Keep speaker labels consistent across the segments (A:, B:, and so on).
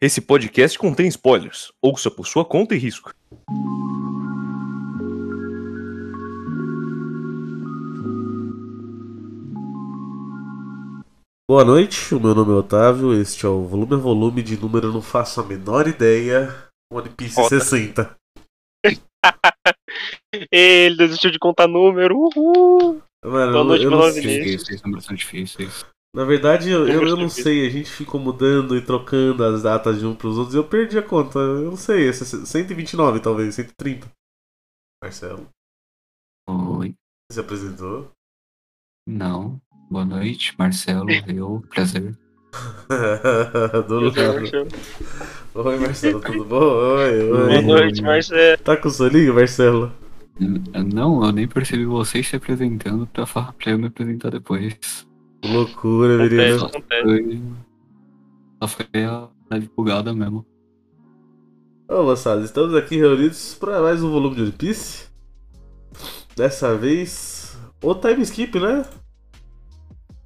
A: Esse podcast contém spoilers. Ouça por sua conta e risco.
B: Boa noite, o meu nome é Otávio, este é o volume a volume de número eu não faço a menor ideia. One Piece
C: Foda.
B: 60.
C: Ele desistiu de contar número. Uhul.
B: Mano,
C: Boa noite,
B: eu
C: meu
B: não
C: nome
B: sei.
C: é Vinícius.
D: difíceis, esses números são difíceis.
B: Na verdade, eu, eu, eu não
C: Números difíceis.
B: sei, a gente ficou mudando e trocando as datas de um pros outros e eu perdi a conta. Eu não sei, esse é 129 talvez, 130. Marcelo,
D: Oi.
B: se apresentou.
D: Não. Boa noite, Marcelo.
C: É.
D: Eu, prazer.
B: Do lado. Oi, Marcelo, tudo bom? Oi,
C: Boa
B: oi.
C: noite, Marcelo.
B: Tá com soninho, Marcelo?
D: N- Ah, Não, eu nem percebi vocês se apresentando pra, falar, pra eu me apresentar depois.
B: Loucura,
C: É, Acontece,
B: menino.
C: acontece.
D: Foi... Só foi a, a divulgada mesmo.
B: Ô, moçada, estamos aqui reunidos para mais um volume de One Piece. Dessa vez, o time skip, né?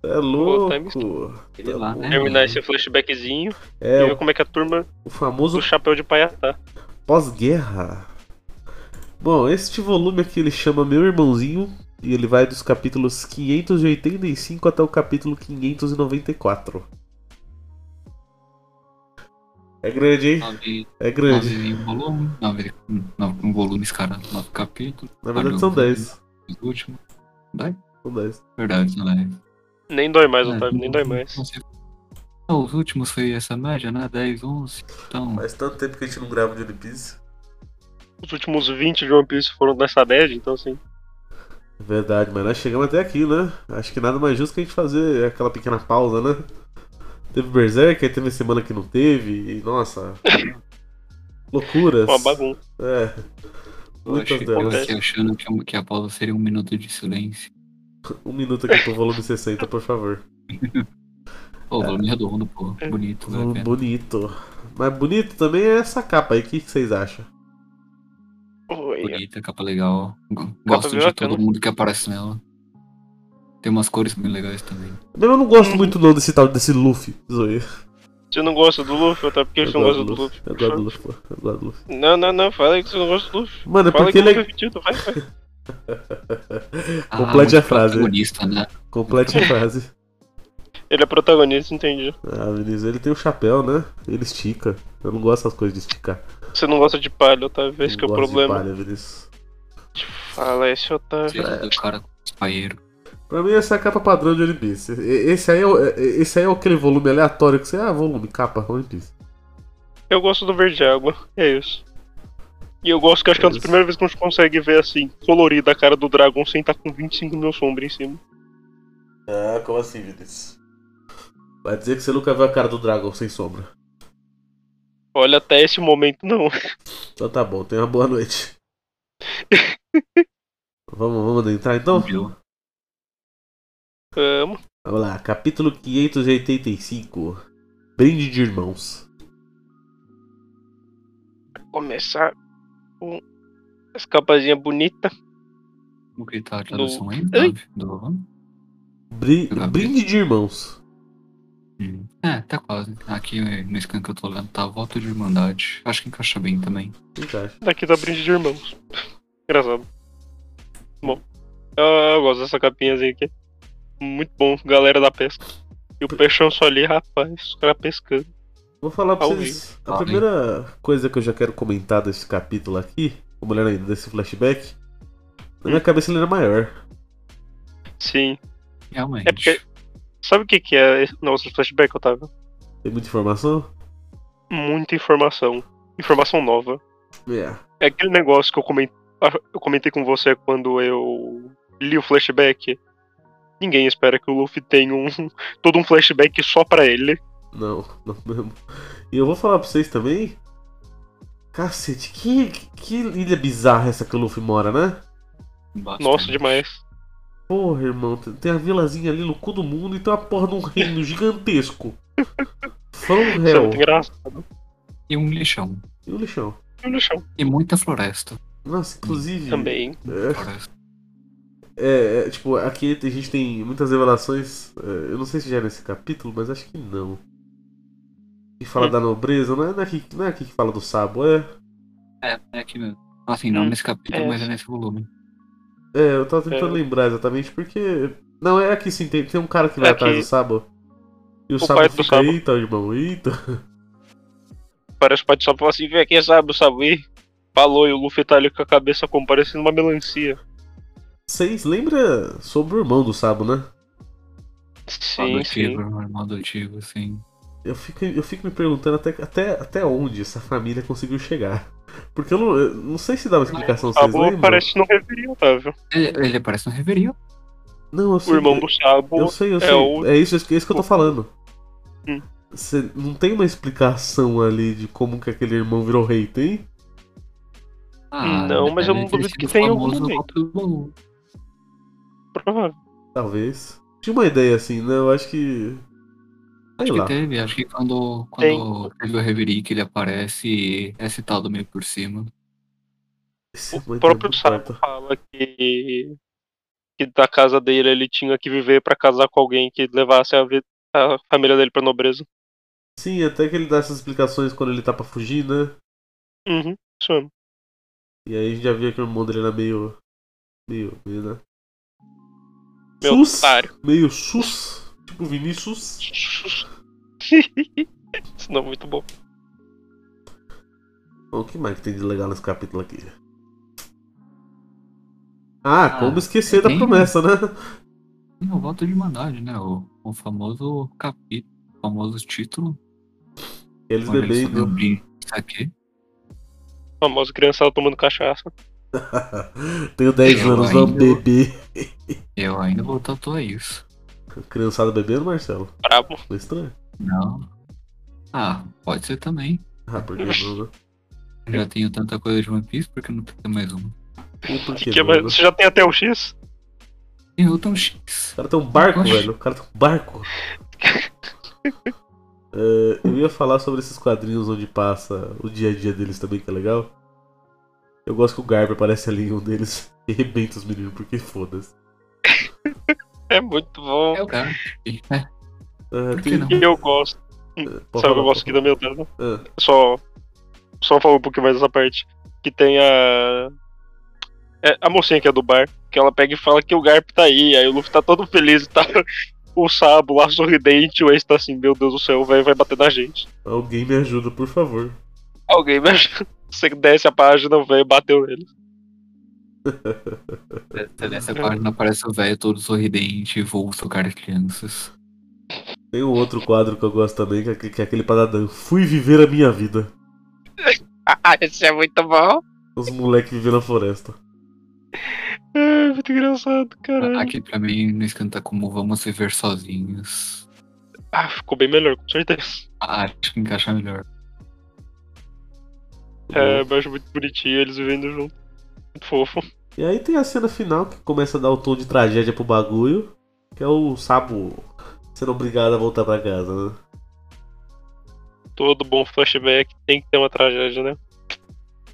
B: É louco.
C: time
D: Sei lá, né?
C: Terminar esse flashbackzinho
B: É,
C: e ver
B: o,
C: como é que a turma
B: o famoso
C: do chapéu de paia tá.
B: pós-guerra. Bom, este volume aqui ele chama Meu Irmãozinho e ele vai dos capítulos 585 até o capítulo 594. É grande, hein?
D: Nove,
B: É grande.
D: nove volumes, nove, nove volumes, cara. Nove capítulos.
B: Na verdade são 10.
D: Os últimos. Dói?
B: São 10.
D: Verdade, não é?
C: Nem dói mais,
D: É,
C: Otávio, nem dói mais.
D: não sei. Ah, os últimos foi essa média, né? 10, 11. Então,
B: Faz tanto tempo que a gente não grava de One Piece.
C: Os últimos 20 de One Piece foram nessa bad, então assim.
B: Verdade, mas nós chegamos até aqui, né? Acho que nada mais justo que a gente fazer aquela pequena pausa, né? Teve Berserk, aí teve semana que não teve, e nossa. loucuras.
C: Uma bagunça.
B: É.
D: eu achei
B: Muitas
D: que eu
B: delas.
D: aqui achando que a- que a pausa seria um minuto de silêncio.
B: Um minuto aqui pro volume 60, por favor.
D: Pô, volume redondo, pô.
C: É.
D: Bonito, né, vale a pena.
B: bonito. Mas bonito também é essa capa aí, o que que vocês acham?
C: Oi.
D: Bonita, é capa legal. Go- Gosto
C: bem
D: de
C: bacana.
D: todo mundo que aparece nela. Tem umas cores bem legais também.
B: Mesmo eu não
C: Hum.
B: gosto muito não desse tal desse Luffy, Zoe.
C: Você não gosta do Luffy, Otávio? Por que você não gosta do Luffy?
B: Eu gosto do Luffy, pô. eu gosto do Luffy.
C: Não, não, não. Fala aí que você não gosta do Luffy.
B: Mano, é
C: Fala
B: porque
C: que o
B: ele
C: Luffy
B: é.
C: é fedido, vai, vai.
B: Ah, Complete
D: Ah, muito
B: a frase.
D: Protagonista, né?
B: Complete a frase.
C: Ele é protagonista, entendi.
B: Ah, Vinícius, ele tem o chapéu, né? Ele estica. Eu não gosto dessas coisas de esticar.
C: Você não gosta de palha, Otávio. Esse que é
B: Eu
C: o
B: gosto de
C: problema.
B: palha, Vinícius.
C: Fala esse Otávio.
D: Seja do cara com espaeiro.
B: Pra mim, essa é a capa padrão de One Piece. E- Esse aí é, o- é- esse aí é aquele volume aleatório que você. Ah, volume, capa, One Piece.
C: Eu gosto do verde água, é isso. E eu gosto que acho que é uma das
B: Isso.
C: primeiras vezes que a gente consegue ver assim, colorida a cara do dragão sem estar com 25 mil sombra em cima.
B: Ah, como assim, Vinícius? Vai dizer que você nunca viu a cara do dragão sem sombra.
C: Olha, até esse momento não.
B: Então tá bom, tenha uma boa noite. vamos, vamos adentrar então?
D: entendeu?
C: Amo.
B: Vamos lá, capítulo 585. Brinde de irmãos.
C: Começar com essa capazinha bonita.
D: Como que tá a tradução aí?
C: Ai.
D: Davi? Do...
B: Bri-
D: Eu não vi.
B: Brinde de irmãos.
D: Hum. É, tá quase. Aqui no scan que eu tô lendo tá Voto de Irmandade. Acho que encaixa bem também.
B: Encaixa.
C: Daqui tá brinde de irmãos. Engraçado. Bom. Eu, eu gosto dessa capinhazinha aqui. Muito bom, galera da pesca. E o peixão só ali, rapaz, os caras pescando.
B: Vou falar pra
C: Ao
B: vocês. A
D: Fala aí.
B: primeira coisa que eu já quero comentar desse capítulo aqui, ou melhor ainda, desse flashback, na minha cabeça ele era maior.
C: Sim.
D: Realmente.
C: É porque- Sabe o que, que é esse negócio de flashback, Otávio?
B: Tem muita informação?
C: Muita informação. Informação nova.
B: É.
C: É aquele negócio que eu comentei, eu comentei com você quando eu li o flashback. Ninguém espera que o Luffy tenha um todo um flashback só pra ele.
B: Não, não mesmo. E eu vou falar pra vocês também. Cacete, que, que ilha bizarra essa que o Luffy mora, né?
D: Bastante.
C: Nossa, demais.
B: Porra, irmão, tem tem a vilazinha ali no cu do mundo e tem uma porra de um reino gigantesco. From
C: Isso é
B: hell.
C: muito engraçado.
D: E um lixão.
B: E o lixão.
C: E o lixão
D: E muita floresta.
B: Nossa, inclusive.
C: também.
B: é,
D: Floresta.
B: É, é, tipo, aqui a gente tem muitas revelações. é, eu não sei se já é nesse capítulo, mas acho que não. Que
C: Hum.
B: fala da nobreza, não é, não, é aqui, não é aqui que fala do sabo, é?
D: É, é aqui mesmo. Assim, não
C: Hum,
D: nesse capítulo,
C: é.
D: mas é nesse volume.
B: É, eu tava tentando lembrar exatamente porque. Não, é aqui sim, tem, tem um cara que vai
C: É
B: atrás
C: aqui.
B: do sabo. E o,
C: O
B: sabo
C: pai do
B: fica,
C: Sabo.
B: eita, irmão, eita.
C: Parece que o pai do Sabo fala assim, vem aqui, sabe, o Sabo aí. Falou, e o Luffy tá ali com a cabeça como parecendo uma melancia.
B: Vocês lembram sobre o irmão do sabo, né?
C: Sim, sim.
D: adotivo, normal adotivo, assim.
B: Eu fico, eu fico me perguntando até, até, até onde essa família conseguiu chegar. Porque eu não, eu não sei se dá uma explicação, vocês
C: Sabo
B: lembram?
C: parece não reveria, tá, viu?
D: Ele, ele parece um reverio.
B: Não, eu
C: O
B: sei,
C: irmão do
B: eu
C: Sabo.
B: sei, eu
C: é
B: sei. É,
C: o-
B: isso, é isso que eu tô falando.
C: Hum.
B: Cê- não tem uma explicação ali de como que aquele irmão virou rei, tem?
D: Ah,
C: Não, mas eu
D: deve
C: não
D: ter
C: duvido
D: sido
C: que tenha algum
D: famoso
C: momento.
D: lá pelo-
C: Provável.
B: Talvez. Tinha uma ideia assim, né? Eu acho que. Sei
D: Acho que
B: lá.
D: teve, acho que quando,
C: Tem.
D: quando teve o Reverie que ele aparece, é citado meio por cima.
B: Esse
C: O
B: mãe
C: próprio
B: tá
C: Sabo
B: muito
C: fala que, que da casa dele ele tinha que viver pra casar com alguém que levasse a, vida, a família dele pra nobreza.
B: Sim, até que ele dá essas explicações quando ele tá pra fugir, né?
C: Uhum, isso mesmo.
B: E aí a gente já via que o irmão dele era meio. Meio. meio, né?
C: Meu
B: sus!
C: otário.
B: Meio sus! Tipo Vinícius.
C: Isso não é muito bom.
B: Bom, o que mais que tem de legal nesse capítulo aqui? Ah,
D: Ah,
B: como esquecer da
D: tem-
B: promessa, né?
D: E o voto de Irmandade, né? O, o famoso capítulo, o famoso título.
B: Eles
D: quando ele
B: bebendo.
D: sobre isso aqui.
C: A famosa criança tomando cachaça.
B: Tenho 10
D: Eu
B: anos, vamos
D: ainda-
B: beber.
D: Eu ainda vou tatuar isso.
B: Criançada bebendo, Marcelo?
C: Brabo.
B: Foi estranho.
D: Não. Ah, pode ser também.
B: Ah, por que não, né?
D: Já tenho tanta coisa de One Piece, porque não tem mais um? uma.
B: E por que
C: Que
B: não, né?
C: mais- Você já tem até o X?
D: Tem Rotom X.
B: O cara tem um barco,
D: Oxi.
B: velho. O cara tem um barco. É, eu ia falar sobre esses quadrinhos onde passa o dia a dia deles também, que é legal. Eu gosto que o Garber aparece ali em um deles e arrebenta os meninos, porque foda-se.
C: É muito bom.
D: É o cara. É,
B: Ah,
D: Por que
B: tem- um
D: não?
C: E eu gosto.
B: Pô,
C: Sabe o que eu
B: fala,
C: gosto aqui da minha dela?
B: Ah.
C: Só. Só falar um pouquinho mais dessa parte. Que tem a. é, a mocinha que é do bar. Que ela pega e fala que o Garp tá aí. Aí o Luffy tá todo feliz e tá. O Sabo lá sorridente. O Ace tá assim: Meu Deus do céu, o velho vai bater na gente.
B: Alguém me ajuda, por favor.
C: Alguém me ajuda. Você desce a página, o velho bateu nele.
D: você desce a Então, página, aparece o velho todo sorridente, vou socar as crianças.
B: Tem um outro quadro que eu gosto também, que é aquele- que é aquele paradão. Fui viver a minha vida.
C: Ah, isso é muito bom.
B: Os moleques vivendo na floresta.
C: É muito engraçado, caralho.
D: Aqui pra mim não escanta como vamos se ver sozinhos.
C: Ah, ficou bem melhor, com certeza.
D: Ah, acho que encaixa melhor.
C: É, eu acho muito bonitinho eles vivendo junto. Muito fofo.
B: E aí tem a cena final que começa a dar o tom de tragédia pro bagulho, que é o Sabo sendo obrigado a voltar pra casa, né?
C: Todo bom flashback tem que ter uma tragédia, né?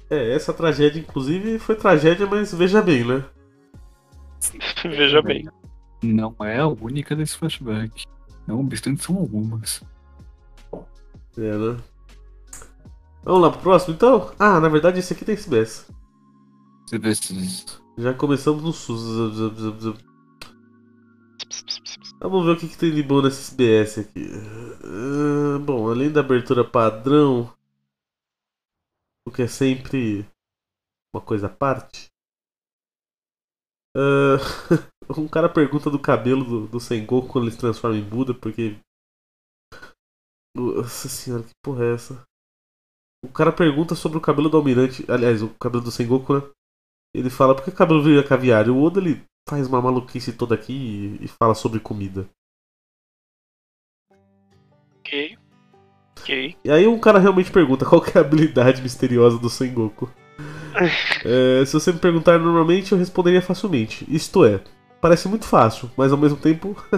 B: É, essa tragédia, inclusive, foi tragédia, mas veja bem, né?
C: Veja bem.
D: Não é a única desse flashback. Não, bastante são algumas.
B: É, né? Vamos lá pro próximo, então? Ah, na verdade, esse aqui tem SBS.
D: Você vê se.
B: Já começamos no SUS. Vamos ver o que, que tem de bom nesse SBS aqui. Ah, bom, além da abertura padrão, o que é sempre uma coisa à parte. ah, um cara pergunta do cabelo do, do Sengoku quando ele se transforma em Buda, porque. Nossa senhora, que porra é essa? O cara pergunta sobre o cabelo do almirante. Aliás, o cabelo do Sengoku, né? Ele fala por que o cabelo vira caviar. E o Oda ele faz uma maluquice toda aqui e, e fala sobre comida.
C: Ok. Ok.
B: E aí um cara realmente pergunta qual que é a habilidade misteriosa do Sengoku. É, se você me perguntar normalmente, eu responderia facilmente. Isto é, parece muito fácil, mas ao mesmo tempo.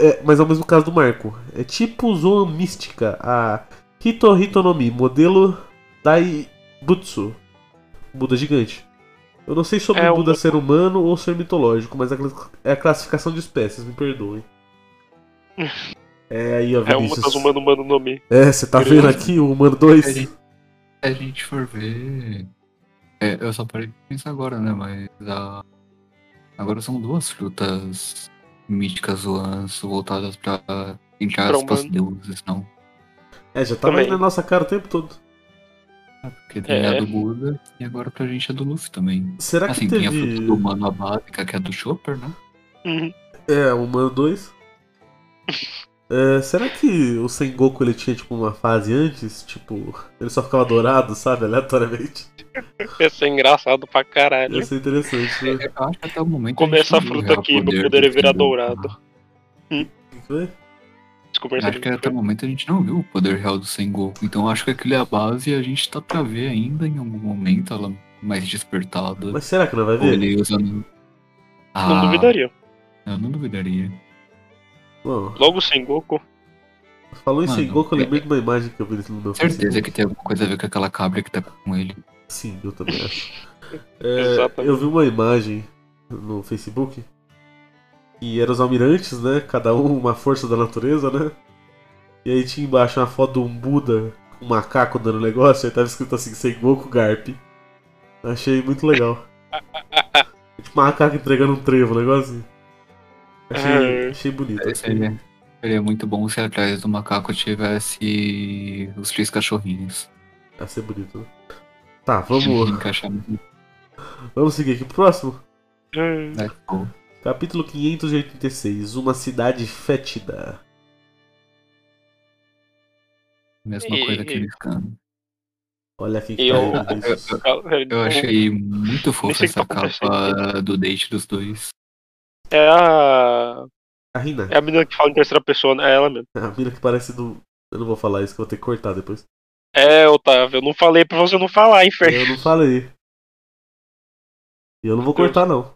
B: é, é- mas ao mesmo caso do Marco. É tipo Zoan Mística, a Hito Hitonomi, modelo Dai Butsu. Buda gigante. Eu não sei sobre
C: É, o-
B: Buda ser humano ou ser mitológico, mas é a cla- é a classificação de espécies, me perdoem. É aí, ó,
C: É uma das
B: Vinícius.
C: humano humano nome.
B: É, você tá vendo aqui o Humano
D: Se a
B: 2?
D: gente- se a gente for ver. é, eu só parei de pensar agora, né? Mas a- agora são duas frutas míticas zoãs voltadas pra, entre
C: Pra
D: aspas,
C: humano.
D: deuses, não.
B: É, já tava aí
C: Também.
B: na nossa cara o tempo todo.
D: Porque tem a
C: É.
D: do Buda e agora pra gente é do Luffy também.
B: Será que
D: Assim, tem a fruta
B: teve.
D: do humano a básica, que é a do Chopper, né?
C: Uhum.
B: É, o Humano 2. É, será que o Sengoku ele tinha tipo uma fase antes? Tipo, ele só ficava dourado, sabe? Aleatoriamente.
C: Ia ser engraçado pra
B: Ia
C: caralho.
B: ser interessante, né?
D: Eu acho que até o momento.
C: Comer
D: gente não
C: essa
D: viu
C: fruta
D: real
C: aqui, meu
D: poder
C: poder é
D: do
C: virar
D: Sengoku. né?
C: dourado. Desculpa,
D: Acho que até o momento a gente não viu o poder real do Sengoku, então acho que aquilo é a base e a gente tá pra ver ainda em algum momento ela mais despertada.
B: Mas será que não vai
D: Ou
B: ver?
D: ele usando. Ah,
C: Não duvidaria.
D: Eu não duvidaria.
B: Bom,
C: Logo sem Goku.
B: falou em
D: Mano,
B: Sengoku, eu
D: é-
B: lembrei de uma imagem que eu vi no meu
D: Certeza
B: Facebook.
D: que tem alguma coisa a ver com aquela cabra que tá com ele.
B: Sim, eu também acho. É,
C: Exatamente.
B: eu vi uma imagem no Facebook e eram os almirantes, né? Cada um uma força da natureza, né? E aí tinha embaixo uma foto de um Buda com um macaco dando negócio, aí tava escrito assim, Sengoku Garp. Achei muito legal. tipo um macaco entregando um trevo, um negócio assim. Achei,
C: Ah.
B: achei
D: É,
B: bonito. achei-
D: Seria, seria muito bom se atrás do macaco tivesse os três cachorrinhos.
B: Vai ser bonito, né? Tá,
D: Tinha que
B: vamos,
D: encaixar muito
B: vamos seguir aqui pro próximo.
C: Hum,
D: bem, né?
B: Capítulo 586, Uma Cidade Fétida.
D: Mesma
C: E-
D: coisa que
C: e-
D: eles cantam.
B: Olha aqui que
C: E eu-
B: tá aí, Vinícius.
C: Então,
D: Eu achei muito fofa
C: sei o que
D: essa
C: tá acontecendo
D: capa do date dos dois.
C: É a.
B: A Rina,
C: É a menina que fala em terceira pessoa, né? É ela mesmo.
B: a mina que parece do... Eu não vou falar isso que eu vou ter que cortar depois.
C: É, Otávio, eu não falei pra você não falar, inferno.
B: Eu não falei. E eu não vou cortar, não.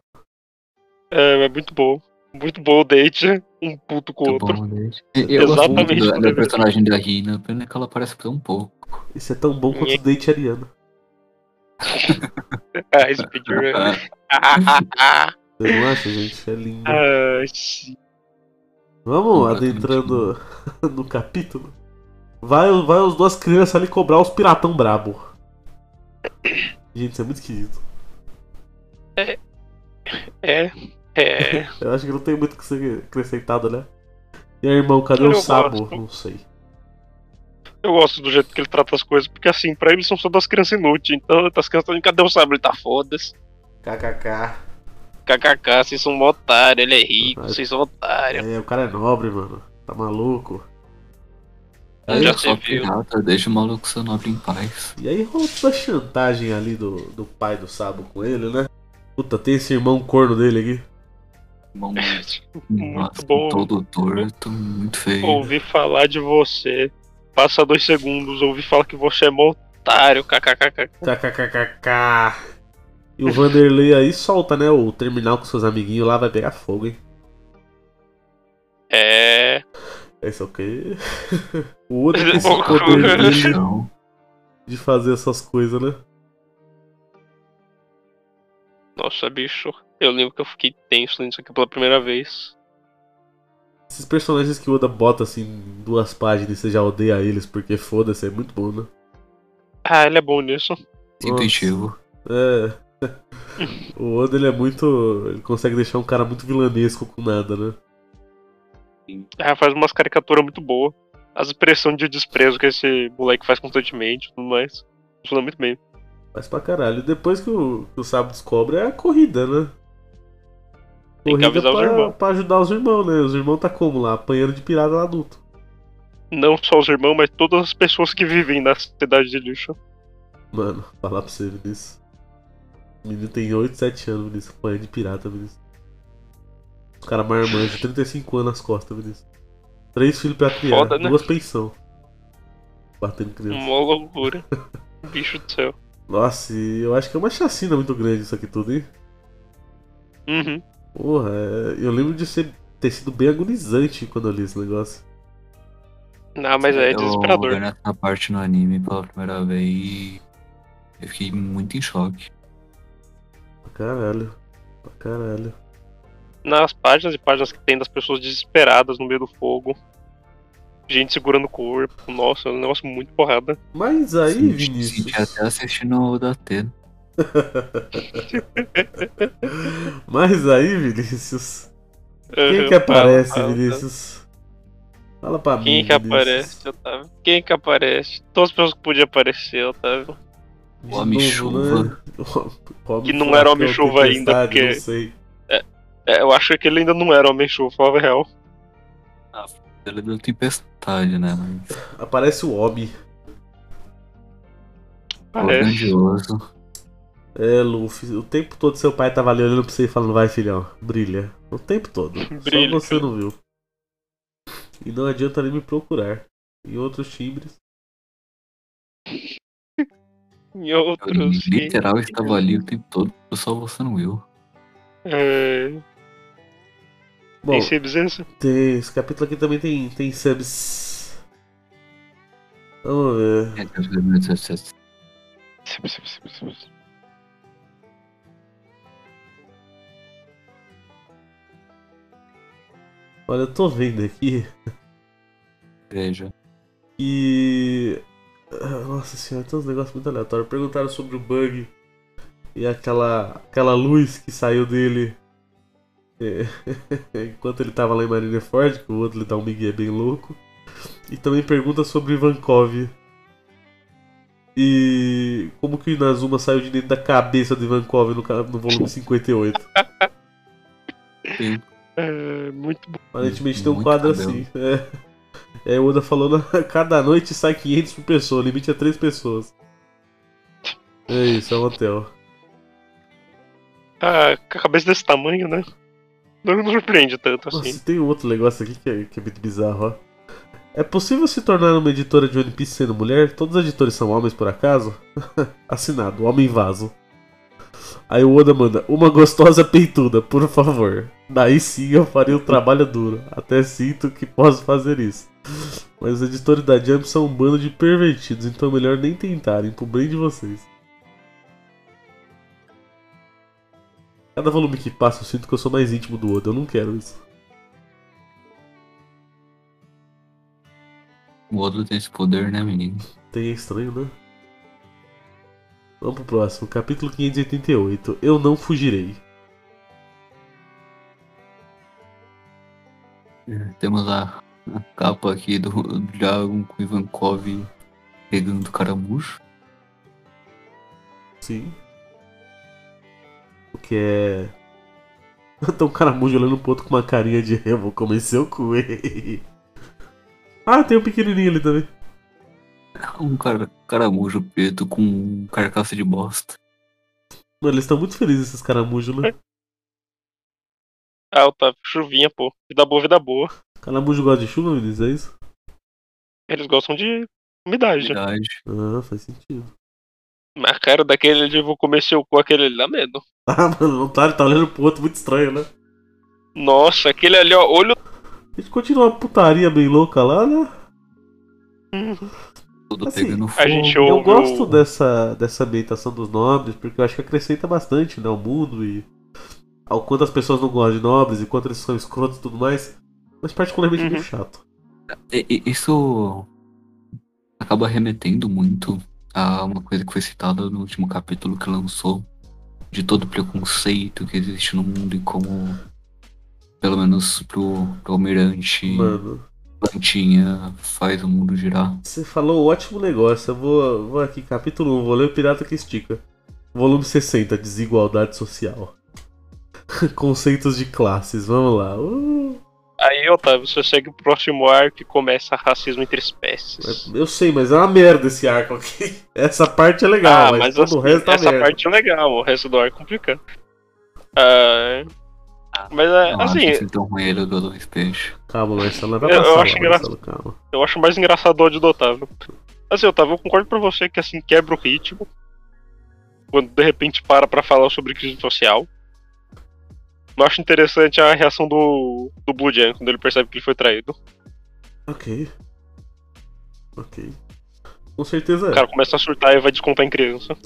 C: É, é muito bom. Muito bom o date. Um puto com o
D: Muito
C: outro.
D: bom, né? E- Eu gosto muito
C: Exatamente.
D: da, da personagem da Rina, pena que ela parece tão pouco.
B: Isso é tão bom quanto o date ariano.
C: Ah, esse pediu. Ah,
B: Você não acha, gente? É lindo.
C: sim.
B: Vamos
D: Completamente
B: adentrando no capítulo. Vai, vai os duas crianças ali cobrar os piratão brabo. Gente, isso é muito esquisito.
C: é. É.
B: Eu acho que não tem muito o que ser acrescentado, né? E aí, irmão, cadê
C: Eu
B: o
C: gosto.
B: sabo? Não sei.
C: Eu gosto do jeito que ele trata as coisas, porque assim, pra ele são só das crianças inúteis. Então, as crianças estão cadê o sabre? Ele tá foda-se.
B: KKK.
C: KKK, vocês são um otário, ele é rico,
B: Ai.
C: vocês são otário.
B: É, o cara é nobre, mano. Tá maluco.
D: Ela
C: Já um.
D: é só
C: se viu.
D: pirata, deixa o maluco seu nobre em paz.
B: E aí rola toda a chantagem ali do, do pai do Sabo com ele, né? Puta, tem esse irmão corno dele aqui.
D: Mão
C: Muito
D: Nossa,
C: bom.
D: Todo torto, muito feio.
C: Ouvi falar de você. Passa dois segundos, ouvi falar que você é mó otário, kkkk.
B: KKKKK. E o Vanderlei aí solta, né? O terminal com seus amiguinhos lá vai pegar fogo, hein?
C: É.
B: Esse é o quê? O outro com esse poder dele
D: Não,
B: de fazer essas coisas, né?
C: Nossa, bicho. Eu lembro que eu fiquei tenso nisso aqui pela primeira vez.
B: Esses personagens que o Oda bota assim em duas páginas e você já odeia eles porque foda-se, é muito bom, né?
C: Ah, ele é bom nisso.
D: intuitivo.
B: É. O Oda ele é muito. Ele consegue deixar um cara muito vilanesco com nada, né?
C: Ah, faz umas caricaturas muito boas. As expressões de desprezo que esse moleque faz constantemente e tudo mais. Funciona muito bem.
B: Faz pra caralho. Depois que o, que o Sábio descobre, é a corrida, né?
C: Tem que avisar os
B: pra,
C: irmãos.
B: pra ajudar os irmãos, né? Os irmãos tá como lá? Apanhando de pirada lá adulto.
C: Não só os irmãos, mas todas as pessoas que vivem na cidade de lixo.
B: Mano, falar pra você, Vinícius. O menino tem 8, 7 anos, Vinícius. Apanhando de pirata, Vinícius. Os caras marmanjos, 35 anos nas costas, Vinícius. Três filhos pra criar,
C: Foda, né? Hum.
B: duas pensão. Batendo criança.
C: Uma loucura. Bicho do céu.
B: Nossa, e eu acho que é uma chacina muito grande isso aqui tudo, hein?
C: Uhum.
B: Porra, é- eu lembro de ser, ter sido bem agonizante quando eu li esse negócio.
C: Ah, mas é, é desesperador.
D: Eu olhei essa parte no anime pela primeira vez e eu fiquei muito em choque.
B: Pra caralho. Pra caralho.
C: nas páginas e páginas que tem das pessoas desesperadas no meio do fogo. gente segurando o corpo. Nossa, é um negócio muito porrada.
B: Mas Tá aí,
D: Senti-
B: Vinícius.
D: senti até assistindo o da Atena.
B: Mas aí, Vinícius. Quem
C: Uhum,
B: que aparece,
C: fala, fala.
B: Vinícius? Fala pra mim.
C: Quem que
B: Vinícius.
C: aparece, Otávio? Quem que aparece? Todas as pessoas que podiam aparecer, Otávio.
B: De
D: O Homem-Chuva.
B: novo, né? O homem
C: Que não era
B: furacão,
C: Homem-Chuva
B: tempestade,
C: ainda, porque-
B: Não sei.
C: É, eu acho que ele ainda não era Homem-Chuva, falava a real.
D: Ele deu tempestade, né? Mas
B: Aparece o Obi.
D: foi
C: Parece.
D: grandioso.
B: É, Luffy. O tempo todo seu pai tava ali olhando pra você e falando, vai, filhão, brilha. O tempo todo.
C: Brilha,
B: Só você não viu. E não adianta nem me procurar. Em outros timbres.
C: Em outros.
D: Eu, literal, eu estava ali o tempo todo, só você não viu.
C: É,
B: Bom,
C: tem substância?
B: tem- esse capítulo aqui também tem, tem subs. Vamos ver.
D: É, né,
B: Olha, eu tô vendo aqui
D: Veja.
B: E. Ah, Nossa senhora, tem uns negócios muito aleatórios. Perguntaram sobre o bug e aquela, aquela luz que saiu dele é, enquanto ele tava lá em Marineford, que o outro lhe dá um migué bem louco. E também pergunta sobre Ivankov. E como que o Inazuma saiu de dentro da cabeça do Ivankov no, ca- no volume 58?
C: É, muito bom.
B: Aparentemente tem um
D: Muito
B: quadro
D: cabelo.
B: assim. É. É, o Oda falou, na- cada noite sai 500 por pessoa, o limite é 3 pessoas. É isso, é um hotel.
C: Ah, com a cabeça desse tamanho, né? Não me surpreende tanto assim.
B: Nossa, tem um outro negócio aqui que é, que é muito bizarro, ó. É possível se tornar uma editora de One Piece sendo mulher? Todos os editores são homens, por acaso? Assinado, homem vaso. Aí o Oda manda, uma gostosa peituda, por favor. Daí sim eu farei o trabalho duro. Até sinto que posso fazer isso. Mas os editores da Jump são um bando de pervertidos, então é melhor nem tentarem, pro bem de vocês. Cada volume que passa eu sinto que eu sou mais íntimo do Oda, eu não quero isso.
D: O outro tem esse poder, né, menino?
B: Tem é estranho, né? Vamos pro próximo, capítulo 588. Eu não fugirei.
D: Temos a, a capa aqui do do Dragon com Ivankov pegando o caramujo.
B: Sim. O que é. Tá um caramujo olhando pro outro com uma carinha de eu vou comer seu cu. hein?" ah, tem um pequenininho ali também.
D: Um cara, caramujo preto com carcaça de bosta.
B: Mano, eles estão muito felizes esses caramujos, né?
C: Ah, Otávio, chuvinha, pô. Vida boa, vida boa.
B: Caramujo gosta de chuva, Vinícius, é isso?
C: Eles gostam de umidade.
D: Verdade.
B: Ah, faz sentido.
C: Mas a cara daquele de vou comer seu cu, aquele ali dá medo.
B: Ah, mano, o otário tá olhando pro outro muito estranho, né?
C: Nossa, aquele ali, ó, olho.
B: A gente continua uma putaria bem louca lá, né?
D: Tudo
B: Assim,
D: pegando
C: A
D: fogo.
C: gente ouve.
B: Eu gosto
C: o-
B: dessa, dessa ambientação dos nobres, porque eu acho que acrescenta bastante né, ao mundo e ao quanto as pessoas não gostam de nobres e quanto eles são escrotos e tudo mais. Mas particularmente
C: Uhum.
B: meio chato.
D: E- e- Isso acaba remetendo muito a uma coisa que foi citada no último capítulo que lançou, de todo o preconceito que existe no mundo e como, pelo menos pro, pro Almirante,
B: Mano,
D: Plantinha faz o mundo girar.
B: você falou um ótimo negócio. Eu vou, vou aqui, capítulo 1, vou ler o Pirata que Estica. Volume 60, Desigualdade Social. Conceitos de classes, vamos lá. Uh,
C: Aí, Otávio, você segue o próximo ar que começa racismo entre espécies.
B: eu sei, mas é uma merda esse arco aqui. Essa parte é legal,
C: ah,
B: mas,
C: mas
B: todo o
C: assim,
B: resto tá
C: essa
B: merda.
C: parte é legal, o resto do ar é complicado. Ah, mas é,
D: Não
C: assim,
D: acho assim tão ruim ele do dois peixes.
B: Calma, Marcelo, vai
C: Eu- eu
B: passar.
C: acho
B: lá,
C: engraçado.
B: Marcelo, calma.
C: eu acho mais engraçador de do Otávio. Assim, Otávio, eu concordo pra você que assim quebra o ritmo. Quando de repente para pra falar sobre crise social. Eu acho interessante a reação do, do Blue Jan quando ele percebe que ele foi traído.
B: Ok. Ok. Com certeza
C: O
B: é.
C: cara começa a surtar e vai descontar em criança.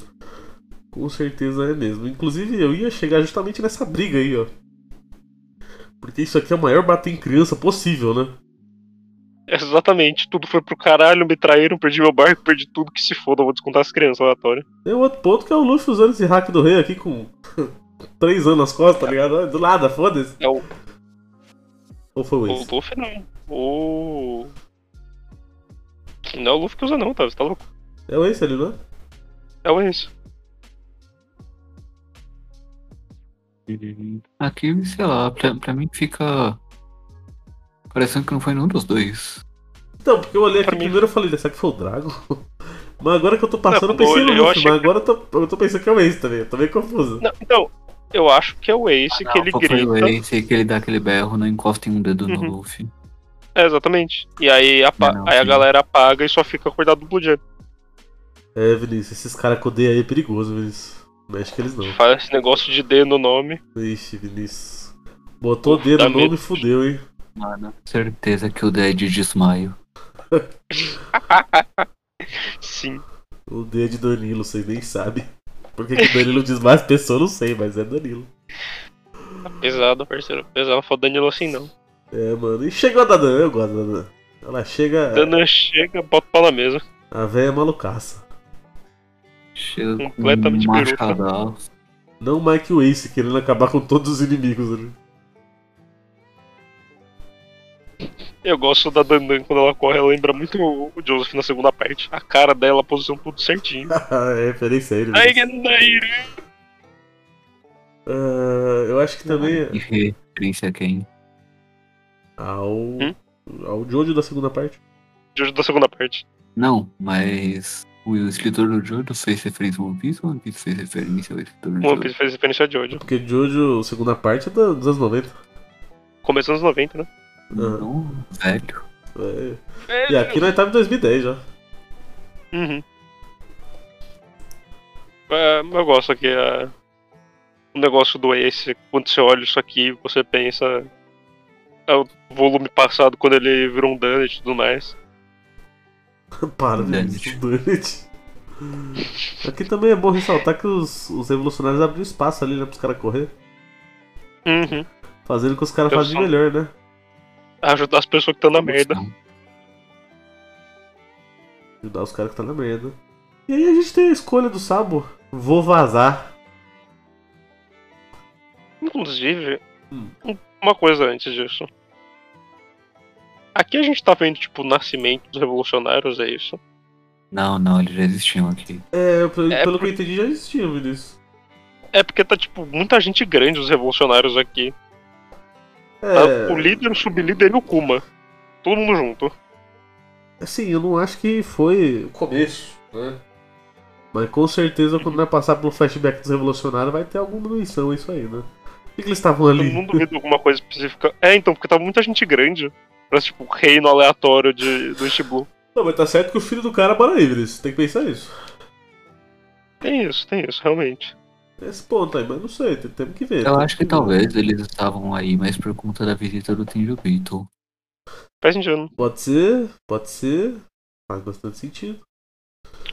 B: Com certeza é mesmo. Inclusive, eu ia chegar justamente nessa briga aí, ó. Porque isso aqui é o maior bater em criança possível, né?
C: Exatamente, tudo foi pro caralho, me traíram, perdi meu barco, perdi tudo que se foda, vou descontar as crianças, aleatório.
B: Tem outro ponto que é o Luffy usando esse hack do rei aqui com três anos nas costas, tá ligado? Do nada, foda-se.
C: É o,
B: Ou foi o
C: o
B: Ace?
C: Luffy não. O. Não é o Luffy que usa, não, tá? Você tá louco?
B: É o Ace ali, não é?
C: É o Ace.
D: Aqui, sei lá, pra, pra mim fica. Parecendo que não foi nenhum dos dois.
B: Então, porque eu olhei aqui
C: Pra mim-
B: primeiro e falei, será que foi o Drago? Mas agora que eu tô passando, eu
C: quando eu
B: pensei no
C: olhei, eu
B: Luffy,
C: achei
B: mas agora eu tô, eu tô pensando que é o Ace também, eu tô meio confuso.
C: Não, então, eu acho que é o Ace que ele
D: Ah, Não, foi o
C: grita.
D: Ace que ele dá aquele berro, não encosta em um dedo
C: Uhum.
D: no Luffy.
C: É, exatamente. E aí, apa-
D: Não,
C: aí a
D: sim.
C: galera apaga e só fica cuidado do Blue Jay.
B: É, Vinícius, esses caras que odeiam aí é perigoso, Vinícius. Mexe com eles não.
C: Faz esse negócio de D no nome.
B: Ixi, Vinícius. Botou o dedo
C: Dá
B: no nome
C: medo.
B: e fudeu, hein?
D: Mano, certeza que o Dead desmaio.
C: Sim.
B: O D é de Danilo, vocês nem sabem. Por que, que o Danilo diz mais pessoa, eu não sei, mas é Danilo.
C: Tá pesado, parceiro. Pesado, não fala Danilo assim não.
B: É, mano. E chegou a Danã, eu gosto da Danã. Ela chega.
D: É.
C: Dana chega, bota o pau na mesa.
B: A véia é malucaça.
D: Chega com
C: Completamente
D: um
C: peruca.
D: machadaço.
B: Não Mike Wace querendo acabar com todos os inimigos né? ali.
C: Eu gosto da Dandan quando ela corre, ela lembra muito o o Joseph na segunda parte. A cara dela, a posição, tudo certinho.
B: é referência a ele.
C: Ai,
B: mesmo.
C: que doido.
B: Ah, eu acho que também
D: E referência a quem?
B: ao.
C: Hum?
B: ao Jojo da segunda parte.
C: Jojo da segunda parte.
D: Não, mas o escritor do Jojo fez referência ao One Piece ou o One Piece fez referência ao escritor do
C: O One
D: Jojo?
C: Piece fez referência a Jojo.
B: Porque Jojo, segunda parte, é da- dos anos 90.
C: Começo dos anos 90, né?
D: Não, velho.
B: É. E aqui nós tava em 2010 já.
C: Uhum. É, mas eu gosto que a... o negócio do Ace, quando você olha isso aqui, você pensa. É o volume passado quando ele virou um dano e tudo mais.
B: Para, Vinícius. Donut. Aqui também é bom ressaltar que os, os revolucionários abriram espaço ali, né, pros caras correr.
C: Uhum.
B: Fazendo o que os caras
C: Eu
B: fazem
C: só-
B: melhor, né?
C: Ajudar as pessoas que estão na Tá merda.
B: Ajudar os caras que tá na merda. E aí a gente tem a escolha do Sabo. Vou vazar.
C: Inclusive,
B: Hum.
C: um- uma coisa antes disso. Aqui a gente tá vendo, tipo, o nascimento dos revolucionários, é isso.
D: Não, não, eles já existiam aqui.
B: É, pelo,
C: É
B: pelo
C: por-
B: que eu entendi, já existia, Vinícius.
C: É porque tá, tipo, muita gente grande os revolucionários aqui. Tá? O
B: É,
C: líder, o sublíder e o Kuma. Todo mundo junto.
B: assim, eu não acho que foi o começo, né? Mas com certeza quando vai passar pelo flashback dos revolucionários vai ter alguma menção a isso aí, né? O que, que eles estavam
C: Todo
B: ali?
C: mundo vendo alguma coisa específica. É, então, porque tá muita gente grande. Parece, tipo, reino aleatório de, do Shibu.
B: Não, mas tá certo que o filho do cara mora aí, Vinícius. Tem que pensar nisso.
C: Tem isso, tem isso, realmente.
B: Esse ponto aí, mas não sei, tem- temos que ver.
D: Eu
B: temos
D: acho que
B: ver.
D: talvez eles estavam aí, mas por conta da visita do Tenjo Beetle.
C: Faz sentido.
B: Pode ser, pode ser. Faz bastante sentido.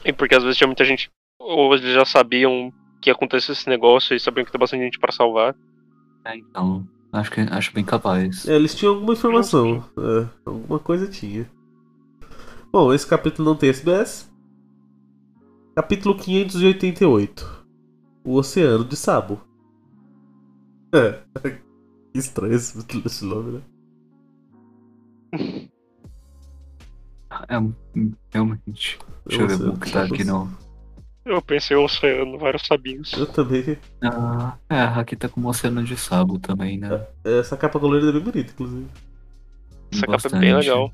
C: E porque às vezes tinha muita gente. Ou eles já sabiam que ia acontecer esse negócio e sabiam que tem bastante gente pra salvar.
D: É, então, acho, que, acho bem capaz.
B: É, eles tinham alguma informação. É, alguma coisa tinha. Bom, esse capítulo não tem SBS. Capítulo 588. O Oceano de Sabo. É. que Estranho esse, esse nome, né?
D: É, um- realmente. Deixa eu ver
B: Oceano
D: o que
B: de
D: tá
B: Sabo.
D: aqui no.
C: Eu pensei o oceano, vários sabinhos.
B: Eu também.
D: Ah, é, aqui tá com o Oceano de Sabo também, né?
B: Essa capa colorida é bem bonita, inclusive.
C: Essa capa é bem
D: Bastante.
C: legal.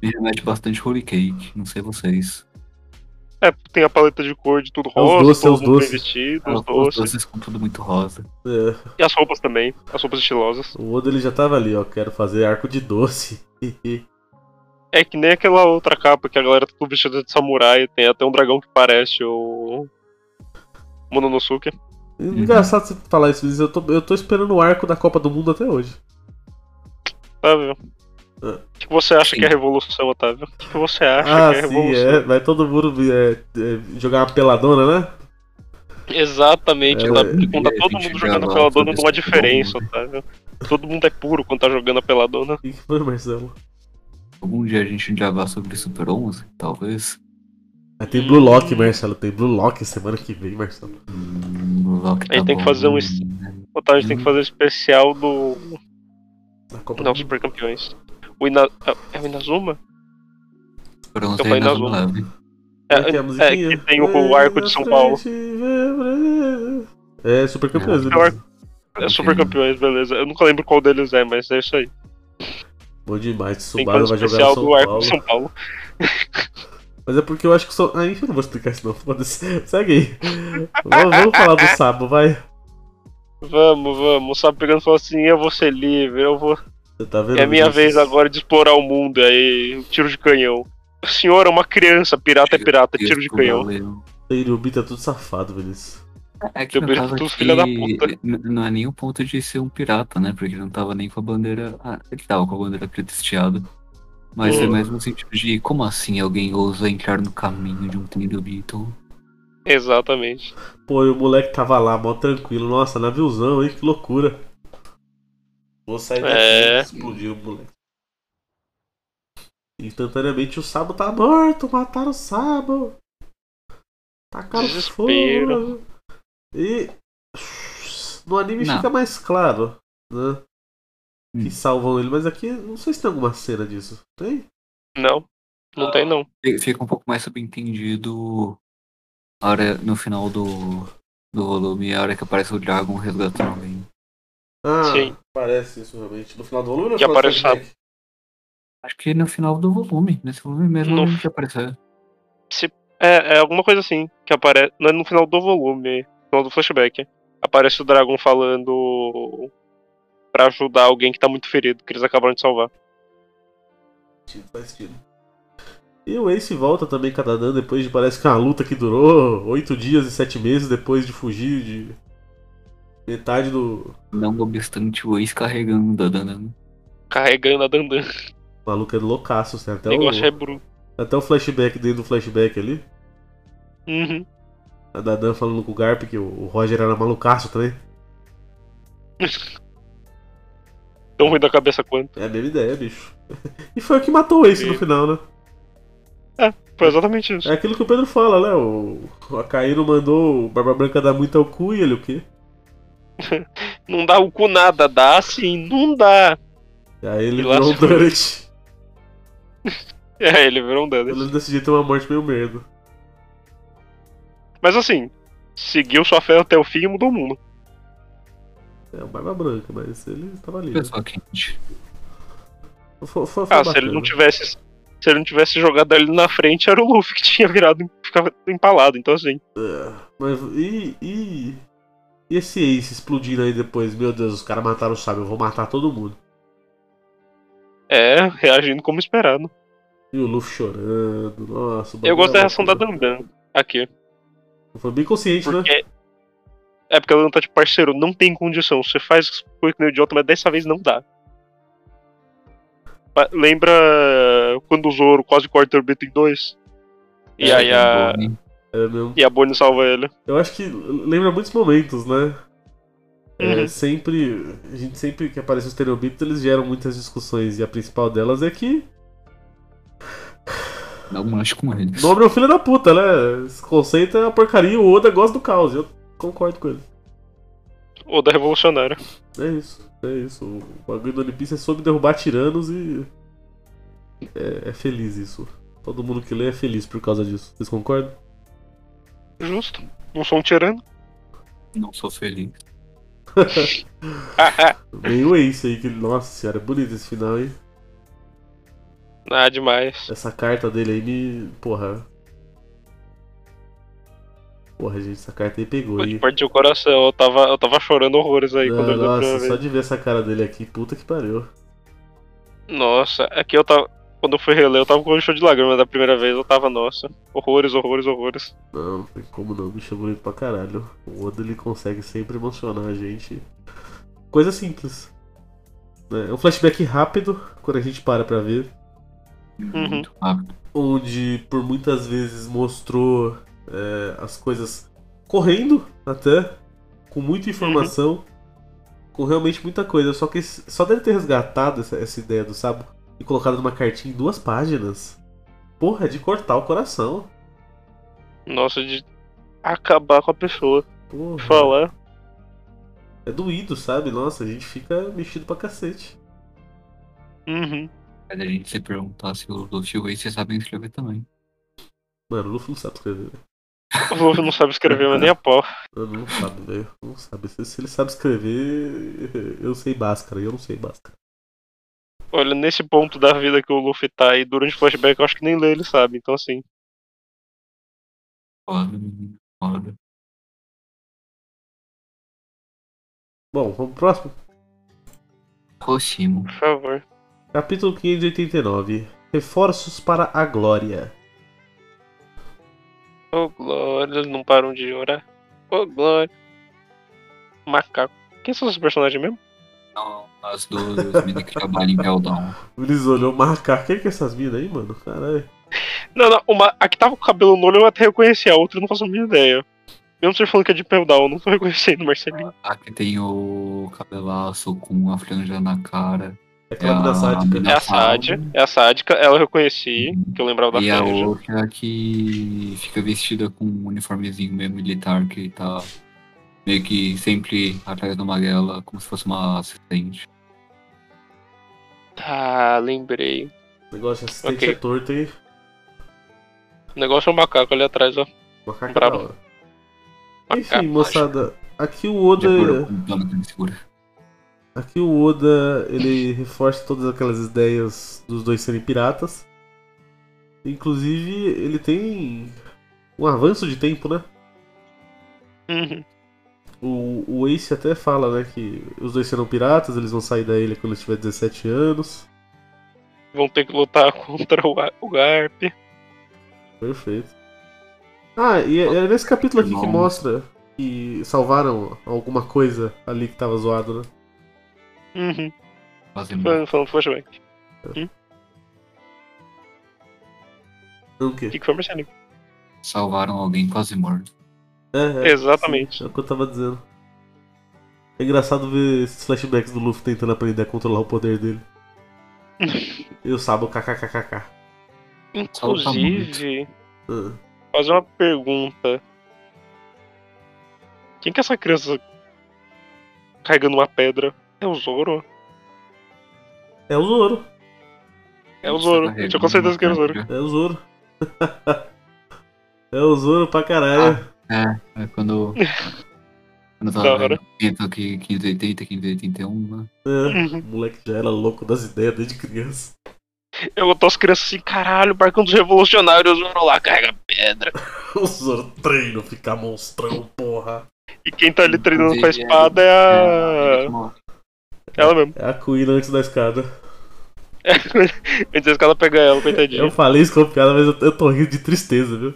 D: Me remete bastante Holy Cake, não sei vocês.
C: É, tem a paleta de cor de tudo
B: É os
C: rosa,
B: doces, é
C: todo
B: os
C: mundo bem
B: doces.
C: vestido,
D: Ah,
C: os doces.
D: com tudo muito rosa.
B: É.
C: E as roupas também, as roupas estilosas.
B: O Odo ele já tava ali, ó. Quero fazer arco de doce.
C: É que nem aquela outra capa que a galera tá tudo vestida de samurai, tem até um dragão que parece o. Mononosuke.
B: Engraçado você falar isso, Vinícius. Eu tô, eu tô esperando o arco da Copa do Mundo até hoje.
C: Otávio.
B: Ah.
C: tá, O que você acha
D: Sim.
C: que é revolução, Otávio? O que você acha
B: ah,
C: que é
B: sim,
C: revolução?
B: é. Vai todo mundo é, é, jogar uma peladona, né?
C: Exatamente,
B: É,
C: Otávio. Porque
D: é,
C: quando tá
D: a
C: todo
D: gente
C: mundo
D: já
C: jogando
D: lá
C: pela
D: sobre
C: dona, não há
D: esse
C: diferença, Otávio. Todo mundo é puro quando tá jogando pela dona.
B: O que que foi, Marcelo?
D: Algum dia a gente gravar sobre Super 11, talvez.
B: Aí tem Blue Lock, Marcelo. Tem Blue Lock semana que vem, Marcelo.
D: Hum, Loki
C: Aí tem que fazer um es- Otávio, a gente tem
B: Uhum.
C: que fazer o especial do.
B: Na Copa
C: Não, Super Campeões. O Ina... É o Inazuma?
D: Super 11
C: Eu falei
D: aí nas
C: nas
D: leve.
C: É,
B: Como né, que a
C: é,
B: musiquinha?
C: que tem o, o arco de São Paulo.
B: É, super campeões.
D: É,
B: né?
C: o arco- É Super Campeões, beleza. Eu nunca lembro qual deles é, mas é isso aí.
B: Bom demais.
C: Tem
B: Tsubasa
C: coisa
B: vai jogar no
C: especial
B: São
C: do arco
B: Paulo.
C: de São Paulo.
B: Mas é porque eu acho que o São... Ah, enfim, eu não vou explicar isso não. Foda-se. Segue aí. vamos, vamos falar do Sabo, vai.
C: Vamos, vamos. O Sabe pegando e falou assim: eu vou ser livre, eu vou.
B: Você tá vendo?
C: É a minha
B: Vinícius?
C: vez agora de explorar o mundo. Aí, um tiro de canhão. O senhor é uma criança, pirata é pirata, tiro de canhão.
B: Nairobi tá tudo safado, Vinícius.
D: É que
C: Eu
D: no
C: vejo
D: caso
C: tudo
D: aqui,
C: filha da puta.
D: n- não é nem o ponto de ser um pirata, né? Porque ele não tava nem com a bandeira. Ah, ele tava com a bandeira preta estiada. Mas
C: Pô.
D: é mais no sentido de como assim alguém ousa entrar no caminho de um Tendo Beatle?
C: Exatamente.
B: Pô, e o moleque tava lá, mó tranquilo. Nossa, naviozão, hein? Que loucura. Vou sair daqui.
C: É.
B: Explodiu o moleque. Instantaneamente o Sabo tá morto. Mataram o Sabo. Tacaram
C: Desespero.
B: fogo. E... No anime
D: Não.
B: fica mais claro, né? Que
D: Hum.
B: salvam ele. Mas aqui, não sei se tem alguma cena disso. Tem?
C: Não, não tem não.
D: Fi- Fica um pouco mais subentendido a hora, no final do, do volume, a hora que aparece o Dragon resgatando alguém.
B: Ah,
C: Sim.
B: parece isso realmente. No final do volume ou no
C: Que
B: final do
C: aparece o Sabo.
B: flashback?
D: Acho que no final do volume, nesse volume mesmo,
C: No
D: não que aparecer.
C: É, é alguma coisa assim que aparece. Não é no final do volume, no final do flashback. Aparece o dragão falando pra ajudar alguém que tá muito ferido, que eles acabaram de salvar.
B: sentido, faz sentido. E o Ace volta também Cadadan depois de parece que é uma luta que durou oito dias e sete meses depois de fugir de metade do
D: Não obstante o ex carregando da Danana.
C: Carregando a Dandan.
B: maluco é do loucaço, né?
C: O
B: até, o,
C: negócio é bruto.
B: até o flashback dentro do flashback ali.
C: Uhum.
B: A Dadan falando com o Garp que o, o Roger era malucaço também.
C: Tão ruim da cabeça quanto.
B: É a mesma ideia, bicho. E foi o que matou o Ace no
C: E-
B: final, né?
C: Foi exatamente isso.
B: É aquilo que o Pedro fala, né? O, o Acaíno mandou o Barba Branca dar muito ao cu e ele o quê?
C: Não dá o cu nada, dá sim, não dá.
B: E aí ele
C: E lá
B: virou um
C: se foi.
B: Durant.
C: É, ele virou um dano.
B: Pelo menos desse jeito é uma morte meio merda.
C: Mas assim, seguiu sua fé até o fim e mudou o mundo.
B: É, o Barba Branca, mas ele estava ali. né?
D: Pessoal quente.
B: Foi, foi, foi
C: Ah, se
B: bacana.
C: ele não tivesse. Se ele não tivesse jogado ali na frente, era o Luffy que tinha virado ficava empalado. Então assim.
B: Mas, e, e, e esse Ace explodindo aí depois? Meu Deus, os caras mataram o Sábio, eu vou matar todo mundo.
C: É, reagindo como esperado.
B: E o Luffy chorando, nossa. o bagulho
C: Eu gosto da
B: é
C: reação da
B: loucura.
C: Dandan aqui.
B: Foi bem consciente, né?
C: Porque. É porque ela não tá de parceiro, não tem condição. Você faz coisa que nem idiota, mas dessa vez não dá. Pa- Lembra quando o Zoro quase corta o Orbito em dois? E
B: É,
C: aí a.
D: Bonnie.
B: É mesmo.
C: E a Bonnie salva ele.
B: Eu acho que lembra muitos momentos, né? É,
C: Uhum.
B: sempre. A gente sempre que aparece os Terobits, eles geram muitas discussões. E a principal delas é que.
D: Não manche com eles.
B: Nobre é um filho da puta, né? Esse conceito é uma porcaria e o Oda gosta do caos. e Eu concordo com ele.
C: Ou da Revolucionária.
B: É isso, é isso. O bagulho do One Piece é sobre derrubar tiranos e. É, é feliz isso. Todo mundo que lê é feliz por causa disso. Vocês concordam?
C: Justo. Não sou um tirano.
D: Não sou feliz.
B: Bem o um Ace aí, que. Nossa senhora, é bonito esse final, hein?
C: ah, demais.
B: Essa carta dele aí me. Porra. Porra, gente, essa carta aí pegou,
C: Pô, de
B: hein?
C: partir o coração, eu tava, eu tava chorando horrores aí quando
B: Ah,
C: eu né, vi a primeira
B: nossa,
C: vez.
B: só de ver essa cara dele aqui, puta que pariu.
C: Nossa, aqui eu tava. Quando eu fui reler, eu tava com um show de lágrimas da primeira vez, eu tava, nossa. Horrores, horrores, horrores.
B: Não, não tem como não, bicho é bonito pra caralho. O Oda ele consegue sempre emocionar a gente. Coisa simples. né? É um flashback rápido, quando a gente para pra ver.
C: Uhum. Hum.
D: Muito rápido.
B: Onde por muitas vezes mostrou é, as coisas correndo até, com muita informação, com realmente muita coisa. Só que esse- só dele ter resgatado essa, essa ideia do Sabo e colocada numa cartinha em duas páginas. Porra, é de cortar o coração.
C: Nossa, de acabar com a pessoa.
B: Porra.
C: Falar.
B: É doído, sabe? Nossa, a gente fica mexido pra cacete.
C: Uhum.
D: É da gente se perguntar se o Luffy e o Ace sabem escrever também.
B: Mano, o Luffy não sabe escrever. velho.
C: O Luffy não sabe escrever, mas nem a pau.
B: Mano, não sabe, velho. Não sabe. Se, se ele sabe escrever, eu sei Bhaskara. Eu não sei Bhaskara.
C: Olha, nesse ponto da vida que o Luffy tá aí durante o flashback, eu acho que nem lê ele sabe. Então, assim,
D: Foda, menino, foda.
B: Bom, vamos pro próximo.
D: Roshimo.
C: por favor.
B: Capítulo 589 Reforços para a Glória.
C: Ô, Glória, eles não param de chorar. Ô, Glória. Macaco. Quem são esses personagens mesmo?
D: Não, as duas meninas que trabalham em Helldown.
B: Eles olhou o macaco. Quem que é essas minas aí, mano? Caralho.
C: Não, não, uma, a que tava com o cabelo no olho eu até reconheci, a outra eu não faço a mínima ideia. Eu não sei falando que é de Peldown, não tô reconhecendo, Marcelinho.
D: Aqui tem o cabelaço com a franja na cara.
B: É aquela mina
D: Ah,
B: sádica.
D: mina-
C: É a Sádia, é a Sádica, ela eu reconheci, que eu lembrava da
D: e a
C: franja.
D: outra que fica vestida com um uniformezinho meio militar que tá meio que sempre atrás da Magrela, como se fosse uma assistente.
C: Tá, lembrei.
B: O negócio de assistente
C: Ok.
B: é torto, hein?
C: O negócio é um macaco ali atrás, ó.
B: Macaco é
C: Brabo.
B: da hora.
C: Macaco.
B: Enfim, moçada. Aqui o
D: De acordo
B: Oda.
D: com o plano que ele segura.
B: Aqui o Oda ele reforça todas aquelas ideias dos dois serem piratas. Inclusive, ele tem um avanço de tempo, né?
C: Uhum.
B: O, o Ace até fala, né, que os dois serão piratas, eles vão sair da ilha quando eles tiver 17 anos.
C: Vão ter que lutar contra o, Ga- o Garp.
B: Perfeito. Ah, e é, é nesse capítulo aqui que
D: Não.
B: mostra que salvaram alguma coisa ali que tava zoado, né?
C: Uhum.
D: Fazendo
C: Falando, falando flashback.
B: Não o
C: O
B: quê?
C: que que foi, Marcelinho?
D: Salvaram alguém quase morto.
B: É, é,
C: Exatamente.
B: é o que eu tava dizendo. É engraçado ver esses flashbacks do Luffy tentando aprender a controlar o poder dele. Eu sabo kkkk.
C: Inclusive, fazer uma pergunta. Quem que é essa criança carregando uma pedra? É o Zoro?
B: É o Zoro,
C: É o Zoro. Eu tinha com certeza que era o Zoro.
B: é o Zoro. é o Zoro pra caralho.
D: É quando. quando eu
C: Da
D: tava
C: hora.
D: vendo então, que 1580, 1581, né?
B: É.
C: Uhum.
B: O moleque já era louco das ideias desde criança.
C: Eu tô as crianças assim, caralho, barcão dos revolucionários, o Zoro lá, carrega pedra.
B: O Zoro treino ficar monstrão, porra.
C: E quem tá ali treinando com a
D: Inclusive,
C: espada é a.
D: um.
C: Ela mesmo.
B: É a Queen antes da escada.
C: Antes da escada pegar ela,
B: Eu
C: coitadinha.
B: falei isso com piada, mas eu, eu tô rindo de tristeza, viu?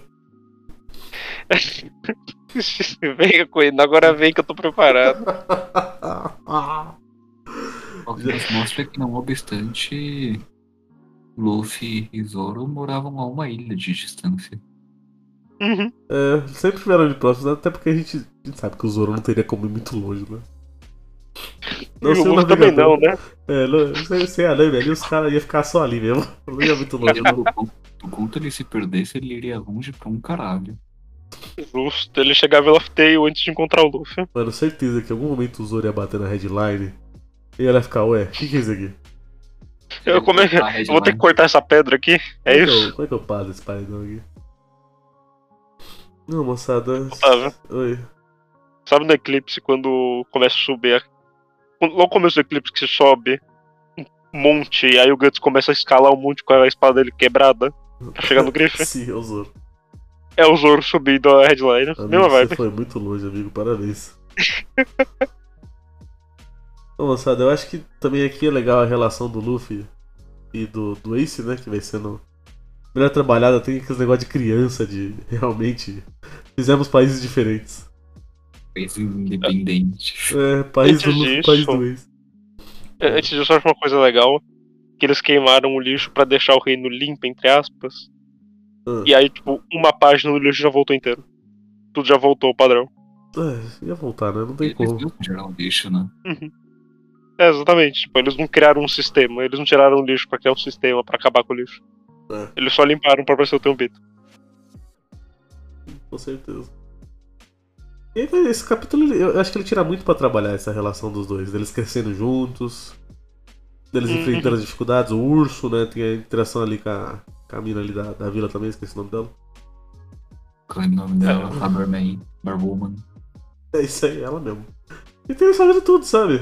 C: Venha com ele, agora vem que eu tô preparado.
D: O que nos mostra que não obstante, Luffy e Zoro moravam a uma ilha de distância.
C: Uhum.
B: É, sempre tiveram de próximos, até porque a gente, a gente sabe que o Zoro não teria como ir muito longe, né?
C: E o
B: sei
C: Luffy também não, né?
B: É, não, sem, sem a Nami ali, os caras iam ficar só ali mesmo. Não ia muito longe, não.
D: Pelo quanto ele se perdesse, ele iria longe pra um caralho.
C: Justo, ele chegava em Laugh Tale antes de encontrar o Luffy.
B: Mano, certeza que em algum momento o Zoro ia bater na headline e ela ia ficar, ué, o que, que é isso aqui?
C: Eu como é que-
D: A
C: Eu vou ter que cortar essa pedra aqui. É
B: Como que
C: isso?
B: eu- Como é que eu passo esse paredão aqui? Não, moçada.
C: Otávio.
B: Oi.
C: Sabe no eclipse quando começa a subir? a- quando- Logo no começo do eclipse que se sobe um monte, e aí o Guts começa a escalar um monte com a espada dele quebrada tá pra chegar no grife.
B: Sim, é o Zoro.
C: É o Zoro subindo a headline.
B: Amigo, você
C: Mesma vibe.
B: foi muito longe, amigo. Parabéns. Ô, moçada, eu acho que também aqui é legal a relação do Luffy e do, do Ace, né? Que vai sendo melhor trabalhada. Tem aqueles negócio de criança, de realmente... Fizemos países diferentes.
D: País um independente.
B: É, país do
C: Antes
B: Luffy,
C: disso-
B: país do Ace.
C: É, Antes disso, eu acho uma coisa legal. Que eles queimaram o lixo pra deixar o reino limpo, entre aspas.
B: Ah.
C: E aí, tipo, uma página do lixo já voltou inteiro. Tudo já voltou ao padrão.
B: É, ia voltar, né? Não tem
D: Eles
B: como.
D: viram geral lixo, né?
C: É, exatamente. Tipo, eles não criaram um sistema, eles não tiraram o lixo pra criar um sistema pra acabar com o lixo.
B: É.
C: Eles só limparam pra parecer o trombeta.
B: Com certeza. E aí, cara, esse capítulo, ele- eu acho que ele tira muito pra trabalhar essa relação dos dois, deles crescendo juntos, deles
C: Uhum.
B: enfrentando as dificuldades, o urso, né? Tem a interação ali com a, com a mina ali da, da vila também, esqueci o nome dela.
D: Qual é o nome dela?
C: É.
D: Barberman, Barwoman.
B: É isso aí, ela mesmo. E tem eles fazendo tudo, sabe?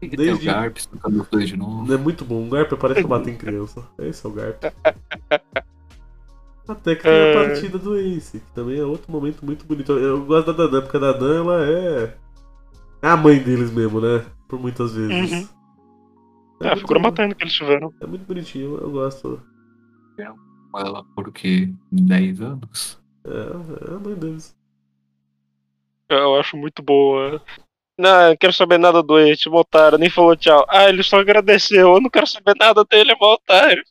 D: Tem que
B: Desde-
D: ter o Garps, o cabelo dois de novo.
B: É muito bom. O Garp parece que bater em criança. Esse é o Garp. Até que tem
C: É.
B: a partida do Ace, que também é outro momento muito bonito. Eu eu gosto da Dadan, porque a Dadan, ela é... é a mãe deles mesmo, né? Por muitas vezes.
C: Uhum.
B: É
C: É, a
B: muito
C: figura
B: bom.
C: materna que eles tiveram.
B: É muito bonitinho, eu gosto.
D: Ela por quê? 10 anos?
B: É, é a mãe deles.
C: É, Eu acho muito boa. Não, eu quero saber nada do Eti, um otário, nem falou tchau. Ah, ele só agradeceu, eu não quero saber nada dele, é um otário.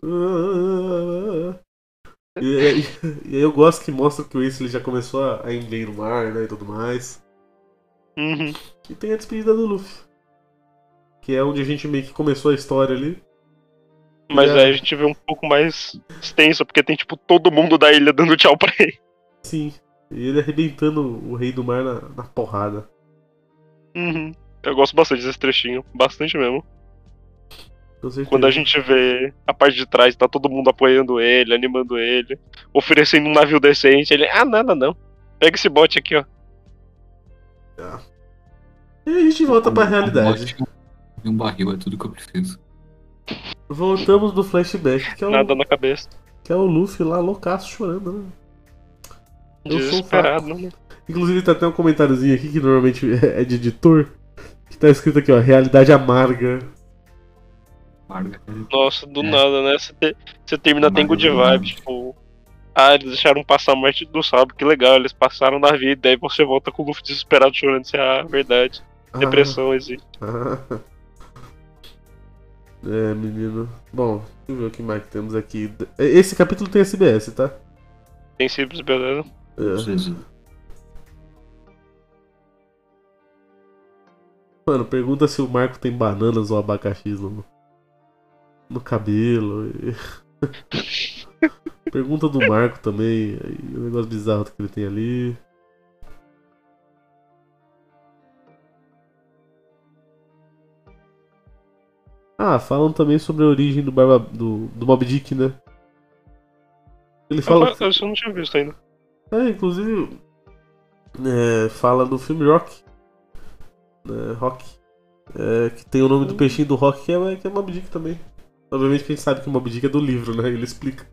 B: E, e- e aí eu gosto que mostra que o Ace ele já começou a, a invadir o mar, né, e tudo mais.
C: Uhum.
B: E tem a despedida do Luffy. Que é onde a gente meio que começou a história ali.
C: Mas
B: É.
C: aí a gente vê um pouco mais extensa, porque tem tipo todo mundo da ilha dando tchau pra ele.
B: Sim. E ele arrebentando o rei do mar na, na porrada.
C: Uhum. Eu gosto bastante desse trechinho, bastante mesmo.
B: Com certeza.
C: Quando a gente vê a parte de trás, tá todo mundo apoiando ele, animando ele, oferecendo um navio decente, ele, ah, nada não. Pega esse bote aqui, ó.
B: E a gente volta pra realidade.
D: Um bote E um barril é tudo que eu preciso.
B: Voltamos do flashback, que é o,
C: Nada na cabeça.
B: que é o Luffy lá loucaço chorando, né? Eu sou
C: Desesperado, né?
B: Inclusive tá até um comentáriozinho aqui que normalmente é de editor. Que tá escrito aqui, ó, realidade amarga.
D: Marga.
C: Nossa, do
D: É.
C: nada, né? Você, te- você termina tem good vibe, tipo. Ah, eles deixaram passar a morte do sábado, que legal, eles passaram na vida, aí você volta com o Luffy desesperado chorando, você, ah, verdade,
B: Ah,
C: depressão existe.
B: ah. É, menino. Bom, deixa eu ver o que mais que temos aqui. Esse capítulo tem SBS, tá?
C: Tem simples beleza.
B: É.
D: Jesus.
B: Mano, pergunta se o Marco tem bananas ou abacaxis no, no cabelo. e- pergunta do Marco também. E o negócio bizarro que ele tem ali. Ah, falam também sobre a origem do, barba, do, do Mob Dick, né? Ele fala.
C: Ah, Eu, eu não tinha visto ainda.
B: É, inclusive. é, fala do filme Rock. né, rock. É, que tem o nome do peixinho do Rock, que é, que é Mob Dick também. Obviamente que a gente sabe que o Mob Dick é do livro, né? Ele explica.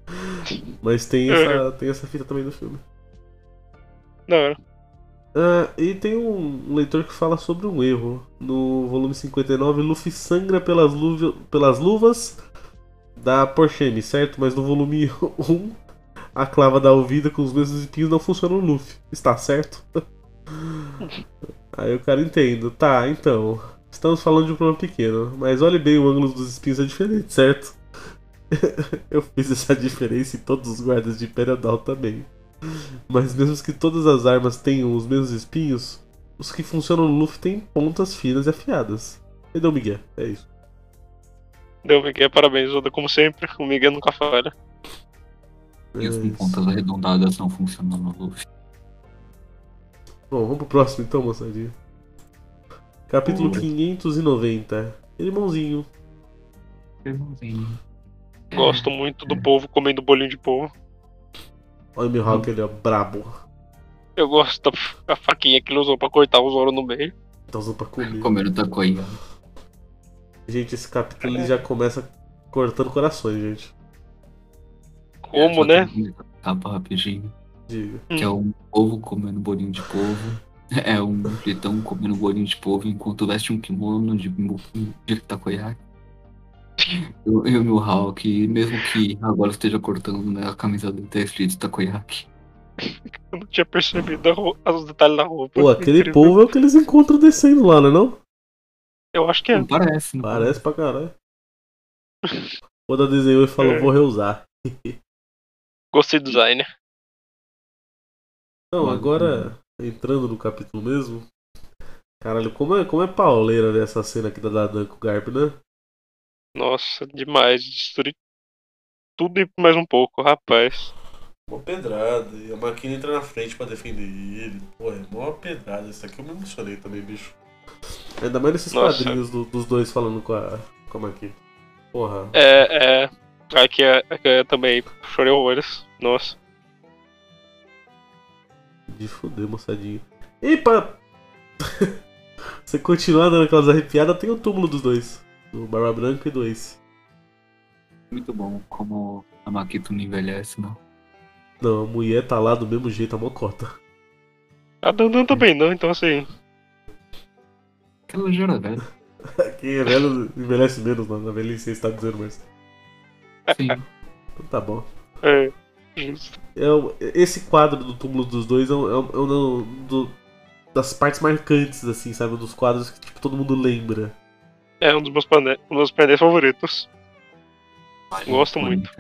B: Mas tem essa, tem essa fita também do filme.
C: Da hora.
B: Ah, e tem um leitor que fala sobre um erro. No volume 59, Luffy sangra pelas, luva- pelas luvas da Porchene, certo? Mas no volume 1, a clava da Alvida com os mesmos espinhos não funciona no Luffy. Está certo? Aí o cara entende. Tá, então. Estamos falando de um problema pequeno, mas olhe bem, o ângulo dos espinhos é diferente, certo? Eu fiz essa diferença em todos os guardas de Imperial também. Mas mesmo que todas as armas tenham os mesmos espinhos, os que funcionam no Luffy têm pontas finas e afiadas. E deu Miguel, é isso.
C: Deu, Miguel, parabéns, Oda, como sempre, o Miguel nunca falha.
B: É
D: Mesmo
B: isso.
D: com pontas arredondadas não funcionam no Luffy.
B: Bom, vamos pro próximo então, moçadinha. Capítulo Hum.
D: Vamos ver.
B: 590. Irmãozinho.
C: Gosto muito do povo comendo bolinho de povo.
B: Olha o Mihawk ali, ó, brabo.
C: Eu gosto da f- a faquinha que ele usou pra cortar o Zoro no meio.
B: Tá usando pra comer.
D: Comendo tacoinha.
B: Gente, esse capítulo ele já começa cortando corações, gente.
C: Como, né?
D: Capa rapidinho.
B: Diga.
C: Hum.
D: Que é um povo comendo bolinho de polvo. É um britão comendo bolinho de polvo enquanto veste um kimono de, mu- de takoyaki. Eu, eu meu Hulk, mesmo que agora esteja cortando né, a camisa dele, tá escrito takoyaki.
C: Eu não tinha percebido a ro- os detalhes da roupa.
B: Pô, aquele
C: Incrível.
B: povo é o que eles encontram descendo lá, não é não?
C: Eu acho que é.
D: Não parece, não
B: Parece pra caralho. O Oda desenhou e falou,
C: É.
B: vou reusar.
C: Gostei do design.
B: Então,
D: Mano,
B: Uhum. agora, entrando no capítulo mesmo, Caralho, como é, como é pauleira ver essa cena aqui da Dadan com o Garp, né?
C: Nossa, demais. Destruir tudo e mais um pouco, rapaz.
B: Mó pedrada, e a máquina entra na frente pra defender ele. Pô, é mó pedrada. Isso aqui eu me emocionei também, bicho. Ainda mais nesses
C: Nossa.
B: quadrinhos do- dos dois falando com a, com a máquina. Porra.
C: É, é. Aqui é, aqui é também. Chorei horrores. Nossa.
B: De fuder, moçadinha. E pra. Você continuar dando aquelas arrepiadas, tem o túmulo dos dois. Do Barba Branca e do Ace.
D: Muito bom como a Maquito não envelhece, não.
B: Não, a mulher tá lá do mesmo jeito, a mocota.
C: A Dandan também Ah, não, então assim.
D: Aquela já era velha.
B: Quem é velho envelhece menos, mano. Na velhice você está dizendo, mas.
D: Sim.
B: Então tá bom.
C: É. Justo.
B: É o- esse quadro do túmulo dos dois é um, é um- é um do- do- das partes marcantes, assim, sabe? Um dos quadros que tipo, todo mundo lembra.
C: É um dos meus painéis, um dos meus painéis favoritos. Gosto muito.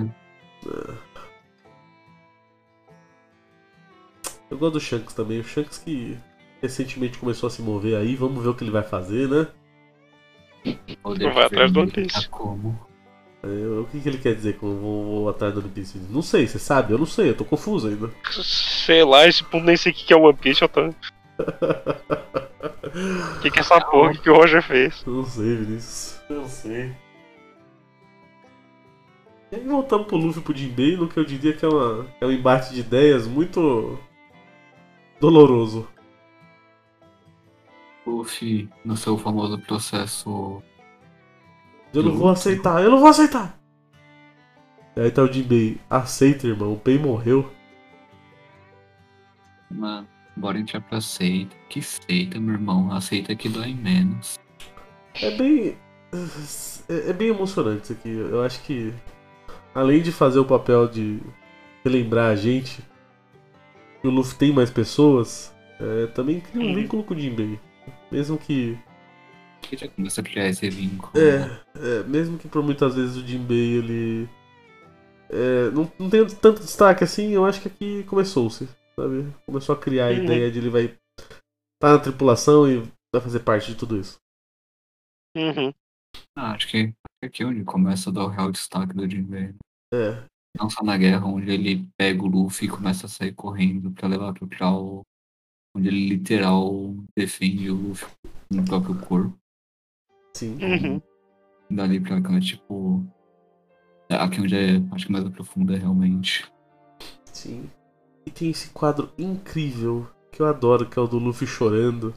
B: Eu gosto do Shanks também. O Shanks que recentemente começou a se mover aí. Vamos ver o que ele vai fazer, né?
D: Poder
C: Vai atrás do
D: vermelho,
C: One Piece.
D: tá Como?
B: É, o que, que ele quer dizer com eu vou, vou atrás do One Piece? Não sei, você sabe? Eu não sei, eu tô confuso ainda.
C: Sei lá, esse ponto nem sei o que que é One Piece, Otan. O que, que é essa porra que o Roger fez?
B: Eu não sei, Vinícius. Eu não sei. E aí voltamos pro Luffy e pro Jinbei, no que eu diria que é, uma, é um embate de ideias muito doloroso.
D: Luffy, no seu famoso processo.
B: Eu não vou aceitar, eu não vou aceitar! E aí tá o Jinbei, aceita, irmão, o Pei morreu.
D: Mano, bora entrar pra seita. Que seita, meu irmão? Aceita que dói menos.
B: É bem. É, é bem emocionante isso aqui. Eu acho que. Além de fazer o papel de relembrar a gente que o Luffy tem mais pessoas, é, também cria um
C: Uhum.
B: vínculo com o Jinbei. Mesmo que.
D: Que já começa a criar esse vínculo. né?
B: É, é, mesmo que por muitas vezes o Jinbei ele. é, não, não tem tanto destaque assim, eu acho que aqui começou-se, sabe? Começou a criar a
C: Uhum.
B: ideia de ele vai tá na tripulação e vai fazer parte de tudo isso.
C: Uhum.
D: Ah, acho que é aqui onde começa a dar o real destaque do Jinbei.
B: É,
D: Não só na guerra, onde ele pega o Luffy e começa a sair correndo pra levar pro Crow. Onde ele literal defende o Luffy no próprio corpo.
B: sim.
C: Uhum.
D: Dali pra cá, tipo. é Aqui onde é, acho que mais aprofunda realmente.
B: Sim. E tem esse quadro incrível que eu adoro, que é o do Luffy chorando.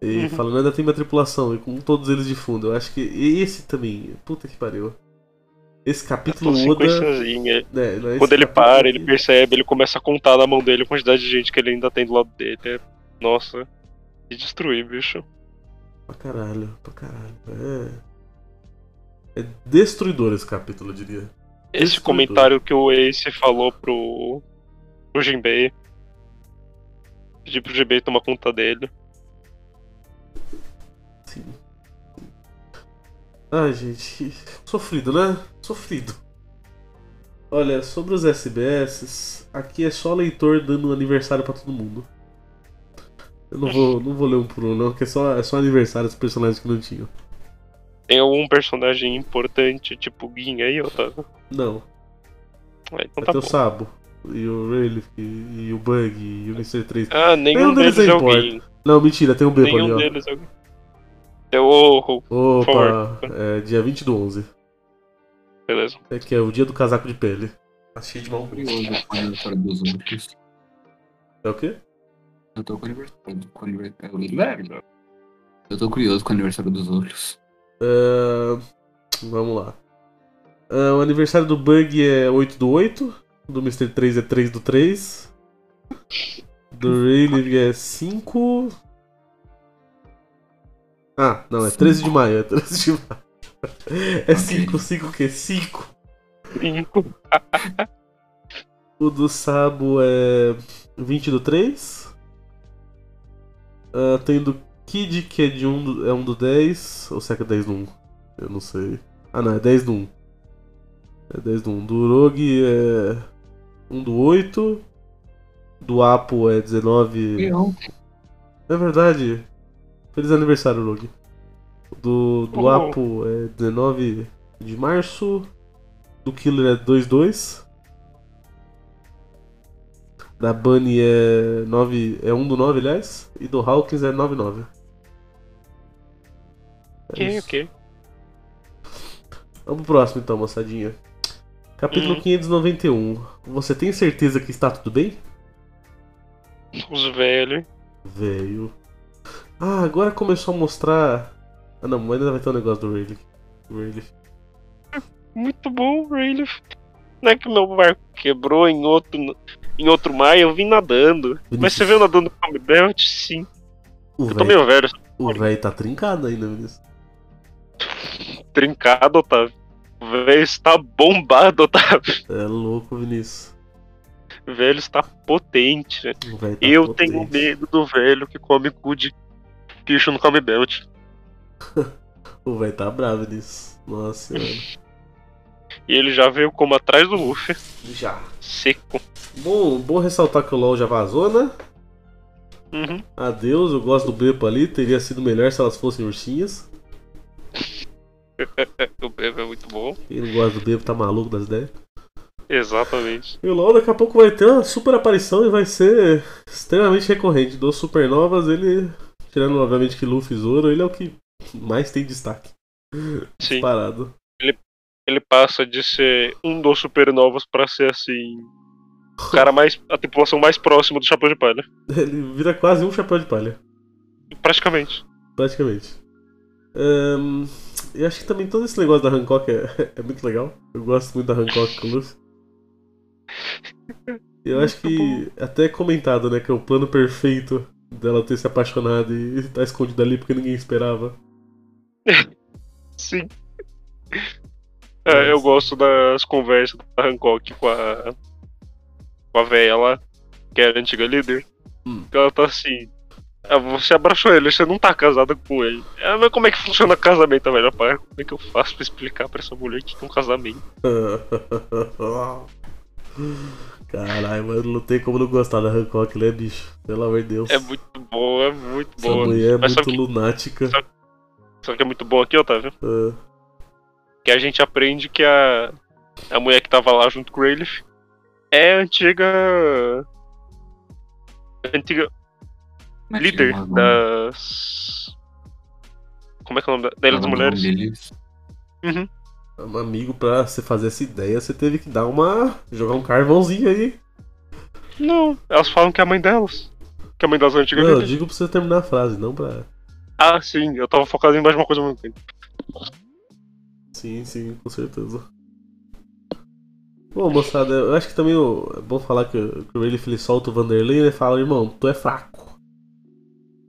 B: E
C: Uhum.
B: falando, ainda tem minha tripulação, e com todos eles de fundo. Eu acho que e esse também, puta que pariu. Esse capítulo
C: Aquela
B: Oda.
C: sequenciazinha.
B: né, né, esse
C: Quando ele
B: capítulo aqui-
C: para, ele percebe, ele começa a contar na mão dele a quantidade de gente que ele ainda tem do lado dele. É- Nossa, que destruir, bicho.
B: Pra caralho, pra caralho. É. É destruidor esse capítulo, eu diria.
C: Esse
B: Destruidor.
C: comentário que o Ace falou pro, pro Jinbei. Pedir pro Jinbei tomar conta dele.
B: Sim. Ai, gente. Sofrido, né? Sofrido. Olha, sobre os SBS, aqui é só leitor dando aniversário pra todo mundo. Eu não vou, não vou ler um por um, não, que é só, é só aniversário dos personagens que não tinham.
C: Tem algum personagem importante, tipo o Gin aí, Otávio?
B: Não,
C: Ah, então tá
B: até o
C: bom.
B: Sabo, e o Relic, e o Bug, e o Mr. 3.
C: Ah, nenhum
B: Nenhum deles
C: deles é o
B: importa.
C: Gin.
B: Não, mentira, tem um o Bebo ali,
C: Nenhum
B: ó.
C: deles é o Gin. É o.
B: Opa,
C: favor.
B: é dia 20 do 11.
C: Beleza.
B: É que é o dia do casaco de pele. Achei de mau
D: Curioso com a história dos outros.
B: É o quê?
D: Eu tô com o aniversário. Com o aniversário. Eu tô curioso com o aniversário dos outros.
B: Ah, vamos lá. Ah, o aniversário do Bug é 8 do 8. Do Mr. 3 é 3 do 3. Do Rayleigh é 5. Ah, não, é 13 de maio. É 13 de maio. É
D: Ok.
B: 5, 5 o quê? 5.
C: Cinco.
B: O do Sabo é 20 do 3. Ah, tem do Kid, que é de 1 do, é 1 do 10. Ou será que é 10 do 1? Eu não sei. Ah, não, é 10 do 1. É 10 do 1. Do Rogue é 1 do 8. Do Apo é 19.
D: E ontem,
B: É verdade. Feliz aniversário, Rogue. Do, do
C: Oh.
B: Apo é 19 de março. Do Killer é 2-2. Da Bunny é 9. É 1 do 9, aliás. E do Hawkins é 9-9. É
C: Ok,
B: isso.
C: ok.
B: Vamos pro próximo então, moçadinha. Capítulo
C: Hum.
B: 591. Você tem certeza que está tudo bem?
C: Os velhos.
B: Veio. Ah, agora começou a mostrar. Ah não, mas ainda vai ter um negócio do Rayleigh. Rayleigh.
C: Muito bom, Rayleigh. Não é que meu barco quebrou em outro, em outro mar e eu vim nadando. Mas você veio nadando com o Belt? Sim.
B: O
C: Eu tô
B: véio,
C: meio velho,
B: o véio tá trincado ainda, Vinícius.
C: trincado, Otávio. O velho está bombado, Otávio.
B: É louco, Vinícius.
C: O velho está potente. né?
B: O véio tá
C: eu
B: potente.
C: tenho medo do velho que come cu de bicho no come belt.
B: O véio tá bravo, Vinícius. Nossa senhora.
C: E ele já veio como atrás do Luffy,
B: Já.
C: seco.
B: Bom, bom ressaltar que o LOL já vazou, né?
C: Uhum.
B: Adeus, eu gosto do Bepo ali. Teria sido melhor se elas fossem ursinhas.
C: O Bebo é muito bom.
B: Quem não gosta do Bepo tá maluco das ideias.
C: Exatamente.
B: E o LoL daqui a pouco vai ter uma super aparição e vai ser extremamente recorrente. Dos supernovas, ele, tirando obviamente que Luffy e Zoro, ele é o que mais tem destaque.
C: Sim.
B: Parado.
C: Ele passa de ser um dos supernovas pra ser assim. O cara mais. a tripulação mais próxima do Chapéu de Palha.
B: Ele vira quase um chapéu de palha,
C: Praticamente.
B: praticamente. Ahn, eu acho que também todo esse negócio da Hancock é, é muito legal. Eu gosto muito da Hancock com o Luffy. Eu acho que até é comentado, né, que é o plano perfeito dela ter se apaixonado e estar escondida ali porque ninguém esperava.
C: Sim. É, eu gosto das conversas da Hancock com a. com a véia lá, que era a antiga líder.
B: Hum.
C: Que Ela tá assim. "Ah, Você abraçou ele, você não tá casada com ele. Ah, mas como é que funciona casamento, velho? Rapaz, como é que eu faço pra explicar pra essa mulher que é um casamento?
B: Caralho, mano, não tem como não gostar da Hancock, né, bicho? Pelo amor de Deus.
C: É muito boa, é muito
B: Essa
C: boa.
B: mulher é
C: Mas
B: muito
C: sabe que-
B: lunática.
C: sabe- Só que é muito boa aqui, Otávio.
B: Ah,
C: Que a gente aprende que a. A mulher que tava lá junto com o Rayleigh é a antiga. Antiga.
D: Como é que
C: líder
D: chama o nome-
C: das. Como é que é o nome da, da Ilha
D: o
C: das
D: nome
C: Mulheres?
D: deles?
C: Uhum.
B: um amigo, pra você fazer essa ideia, você teve que dar uma. jogar um carvãozinho aí.
C: Não, elas falam que é a mãe delas. Que a mãe delas é a antiga
B: Não, eu
C: líder.
B: digo pra você terminar a frase, não pra.
C: Ah, sim, eu tava focado em mais uma coisa ao mesmo tempo.
B: Sim, sim, com certeza. Bom, moçada, eu acho que também o- é bom falar que, o- que o Rayleigh ele solta o Vanderlei e fala: irmão, tu é fraco.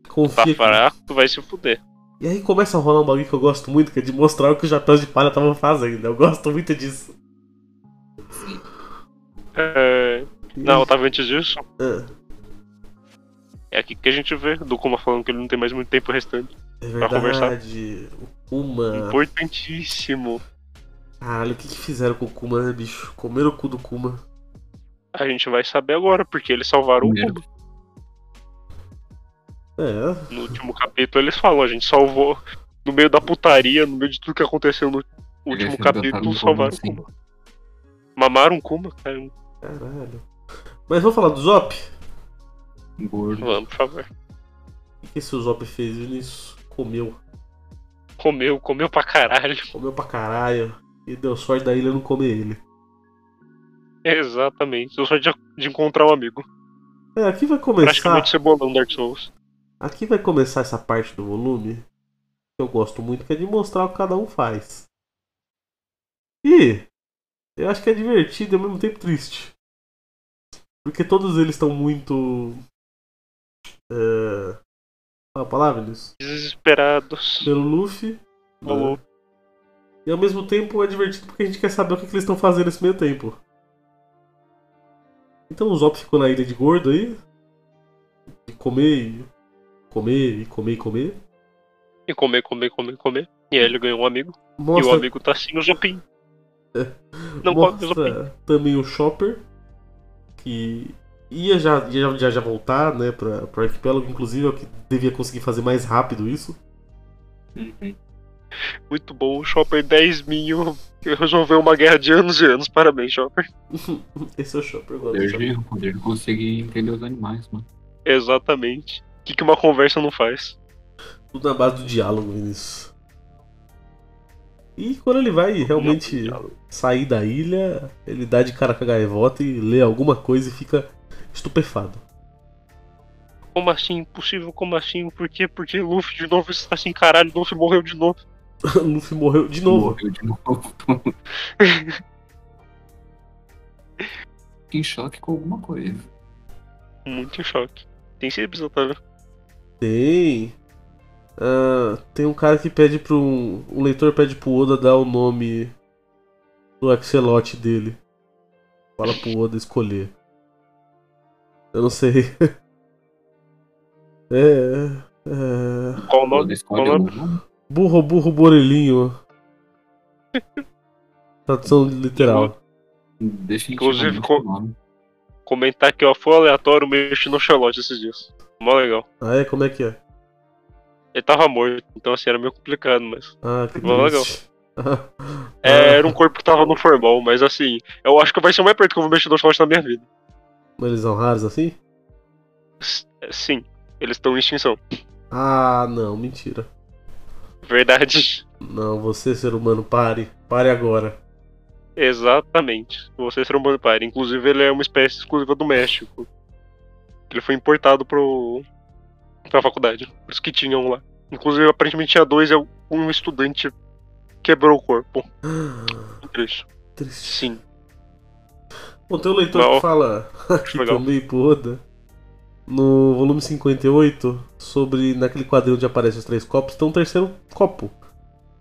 C: Tá
B: Confia. que-
C: fraco, tu vai se fuder.
B: E aí começa a rolar um bagulho que eu gosto muito, que é de mostrar o que os chapéus de palha estavam fazendo. Eu gosto muito disso.
C: É...
B: E-
C: Não, tava antes disso.
B: Ah,
C: É aqui que a gente vê do Kuma falando que ele não tem mais muito tempo restante.
B: é
C: conversar. Um
B: verdade. O
D: Tá.
B: Kuma.
C: Importantíssimo.
B: Caralho, o que, que fizeram com o Kuma, né, bicho? Comeram o cu do Kuma.
C: A gente vai saber agora, porque eles salvaram
D: Primeiro.
C: o Kuma.
B: É,
C: No último capítulo eles falam, a gente salvou. No meio da putaria, no meio de tudo que aconteceu no último
D: é, Eles resgataram um assim,
C: capítulo,
D: o
C: salvaram o
D: Kuma,
C: Kuma. Mamaram o Kuma, cara.
B: caralho. Mas vamos falar do Zop?
D: Gordo.
C: Vamos, por favor.
B: O que esse Zop fez, Vinícius? Comeu.
C: Comeu, comeu pra caralho.
B: Comeu pra caralho. E deu sorte da ilha não comer ele.
C: Exatamente. Deu sorte de- de encontrar um amigo.
B: É, aqui vai começar.
C: Praticamente cebolão Dark Souls.
B: Aqui vai começar essa parte do volume que eu gosto muito, que é de mostrar o que cada um faz. E eu acho que é divertido e ao mesmo tempo triste. Porque todos eles estão muito. É... Qual é a palavra nisso?
C: Desesperados.
B: Pelo Luffy. né?
C: Falou.
B: E ao mesmo tempo é divertido porque a gente quer saber o que, que eles estão fazendo nesse meio tempo. Então o Zop ficou na ilha de gordo aí. De comer e comer e comer e comer.
C: E comer, comer, comer, comer. E aí ele ganhou um amigo. E o
B: Mostra,
C: amigo tá sem o Zopim.
B: É.
C: Não come o Zopim.
B: mostra também o Chopper. Que ia já, ia já, já voltar, né, pra, pro arquipélago, inclusive é o que devia conseguir fazer mais rápido isso.
C: Muito bom, o Chopper 10 mil resolveu uma guerra de anos e anos. Parabéns, Chopper.
B: Esse é o Chopper agora.
D: Poder de, o poder de conseguir entender os animais, mano.
C: Exatamente. O que, que uma conversa não faz?
B: Tudo na base do diálogo, Vinícius. E quando ele vai realmente sair da ilha, ele dá de cara com a gaivota e lê alguma coisa e fica estupefado.
C: Como assim? Impossível, como assim? Por quê? Porque Luffy de novo está assim, caralho, Luffy morreu de novo.
B: Luffy morreu de novo.
D: Morreu de novo. Fiquei em choque com alguma coisa.
C: Muito em choque. Tem esse episódio, tá?
B: Tem. Ah, tem um cara que pede pro. Um, um leitor pede pro Oda dar o nome do axelote dele. Fala pro Oda escolher. Eu não sei. é. é...
C: Qual o nome?
D: Quando
C: Qual o
D: escolhe
C: nome?
D: um,
B: Burro, burro, borelinho. Tradução literal.
D: Deixa a gente
C: Inclusive,
D: chamar
C: co-
D: muito nome.
C: Comentar que ó, foi aleatório mexendo no Charlotte esses dias. Mó legal.
B: Ah, é? Como é que é?
C: Ele tava morto, então assim era meio complicado, mas.
B: Ah, que Ah,
C: Bom,
B: triste.
C: É, era um corpo que tava no formal, mas assim, eu acho que vai ser o mais perto que eu vou mexer no Charlotte na minha vida.
B: Mas eles são raros assim?
C: S- é, Sim, eles estão em extinção.
B: Ah, não, mentira.
C: Verdade.
B: Não, você, ser humano, pare. Pare agora.
C: Exatamente. Você é ser humano pare. Inclusive, ele é uma espécie exclusiva do México. Ele foi importado pro. pra faculdade. Por isso que tinham lá. Inclusive, aparentemente tinha dois e um estudante quebrou o corpo. Muito triste.
B: Triste.
C: Sim.
B: Bom, tem um leitor
C: Não.
B: que fala
C: Acho
B: que
C: legal.
B: também pro Oda, no volume 58, sobre naquele quadrinho onde aparecem os três copos, tem um terceiro copo,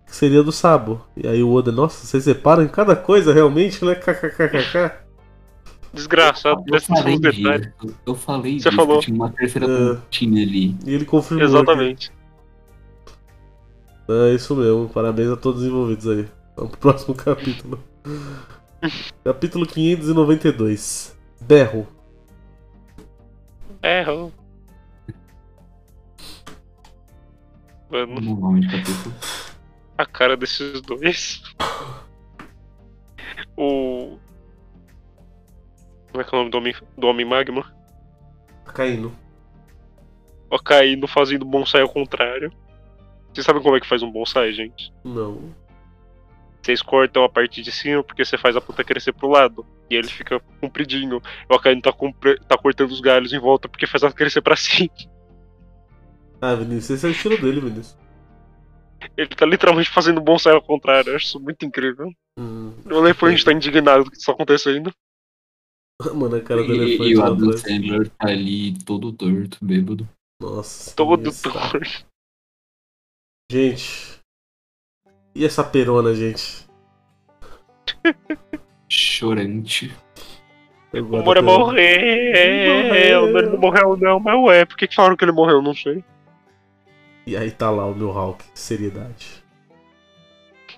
B: que seria do Sabo. E aí o Oda, nossa, vocês reparam em cada coisa realmente, né? KKKKK.
C: Desgraçado,
D: eu
C: desses
D: falei
C: detalhes.
D: disso. Eu- Eu falei
C: Você
D: disso,
C: falou.
D: que tinha uma terceira
B: É.
D: pontinha ali.
B: E ele confirmou.
C: Exatamente.
B: que- É isso mesmo, parabéns a todos os envolvidos aí. Vamos pro próximo capítulo. capítulo 592. Berro.
C: É, eu... Mano,
D: No nome de capítulo.
C: a cara desses dois. O. Como é que é o nome do Homem, do homem Magma?
B: Tá caindo.
C: Ó, caindo fazendo bonsai ao contrário. Vocês sabem como é que faz um bonsai, gente?
B: Não.
C: Vocês cortam a parte de cima porque você faz a planta crescer pro lado. E ele fica compridinho. O Akainu tá, compre- tá cortando os galhos em volta porque faz ela crescer pra cima.
B: Ah, Vinícius, esse é o estilo dele, Vinícius.
C: Ele tá literalmente fazendo bonsai ao contrário. Eu acho isso muito incrível.
B: Hum.
C: O elefante tá indignado do que tá acontecendo.
B: Mano, a cara é do
D: E,
B: elefante
D: e o
B: lá
D: Adam
B: atrás.
D: Sandler tá ali todo torto, bêbado.
B: Nossa.
C: Todo
B: isso.
C: torto.
B: Gente. E essa perona, gente?
D: chorante.
B: Eu gosto
C: O é Moro
B: da perona.
C: morreu.
B: um- Morreu.
C: Ele não morreu, não. Mas ué, por que que falaram que ele morreu? Não sei.
B: E aí tá lá o meu Hulk. Seriedade.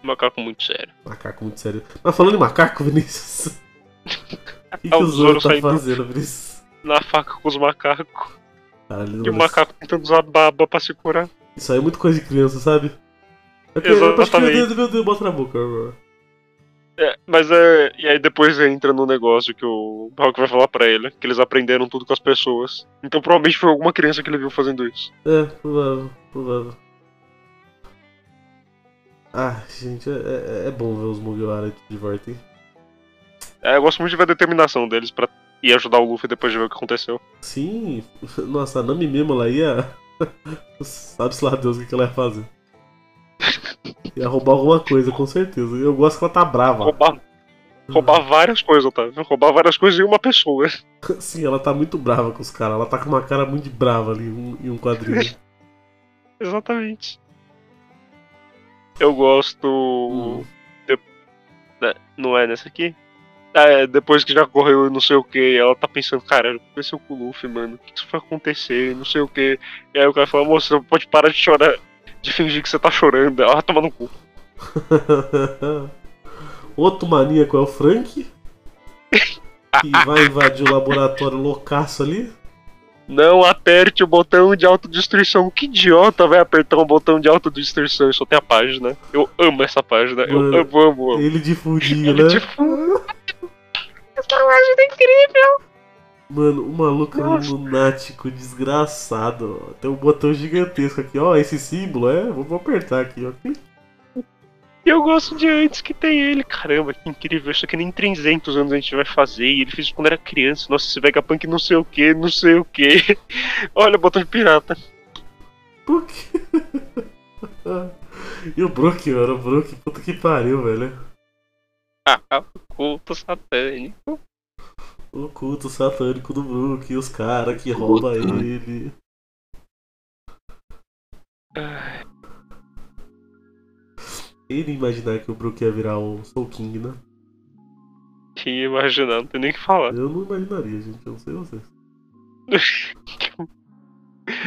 C: Macaco muito sério.
B: Macaco muito sério. Mas falando em macaco, Vinícius. O que, que
C: Ah, o
B: o Zoro
C: Zoro
B: tá
C: saindo.
B: fazendo, Vinícius?
C: Na faca com os macacos.
B: Caralho, é
C: E o
B: Vinícius,
C: macaco tentando usar baba pra se curar.
B: Isso aí é muito coisa de criança, sabe? Eu quero- eu acho que Meu
C: Exatamente.
B: Deus, meu Deus, bota na boca. mano.
C: É, mas é. E aí depois entra no negócio que o Hulk vai falar pra ele, que eles aprenderam tudo com as pessoas. Então provavelmente foi alguma criança que ele viu fazendo isso.
B: É, provável, provável. Ah, gente, é, é- é bom ver os Mugiwara de volta, hein?
C: É, eu gosto muito de ver a determinação deles pra ir ajudar o Luffy depois de ver o que aconteceu.
B: Sim, nossa, a Nami mesmo, ela ia. Sabe-se lá Deus o que que ela ia fazer. Ia roubar alguma coisa, com certeza. Eu gosto que ela tá brava.
C: Roubar. Roubar várias coisas, Otávio. Roubar várias coisas em uma pessoa.
B: Sim, ela tá muito brava com os caras. Ela tá com uma cara muito de brava ali um- em um quadrinho.
C: Exatamente. Eu gosto. Um
B: Hum.
C: de- né, Não é nessa aqui? Ah, É, depois que já correu e não sei o que, ela tá pensando, cara, o que aconteceu com o Luffy, mano? O que isso vai acontecer? E Não sei o que. E aí o cara fala, moça, você pode parar de chorar, de fingir que você tá chorando. Ela vai tomar no cu.
B: Outro maníaco é o Frank. que vai invadir o laboratório loucaço ali.
C: Não aperte o botão de autodestruição. Que idiota vai apertar um botão de autodestruição? Eu só tenho a página. Eu amo essa página. Eu
B: Mano,
C: amo, amo, amo.
B: Ele de fundinho, né?
C: Ele tipo, de fundo. Essa página é incrível.
B: Mano, o maluco é
C: Nossa.
B: um lunático desgraçado. ó. Tem um botão gigantesco aqui, ó. Esse símbolo é. Vou vou apertar aqui, ó.
C: E eu gosto de antes que tem ele. Caramba, que incrível. Isso aqui nem 300 anos a gente vai fazer. E ele fez quando era criança. Nossa, esse Vegapunk não sei o que, não sei o que. Olha, botão de pirata.
B: Por quê? um E o Brook, mano, o Brook, puta que pariu, velho.
C: Ah, culto satânico.
B: O culto satânico do Brook, os caras que roubam
D: Puta.
B: ele. Ele imaginar que o Brook ia virar o Soul King, né?
C: Que imaginar, não tem nem o que falar.
B: Eu não imaginaria, gente, eu não sei vocês.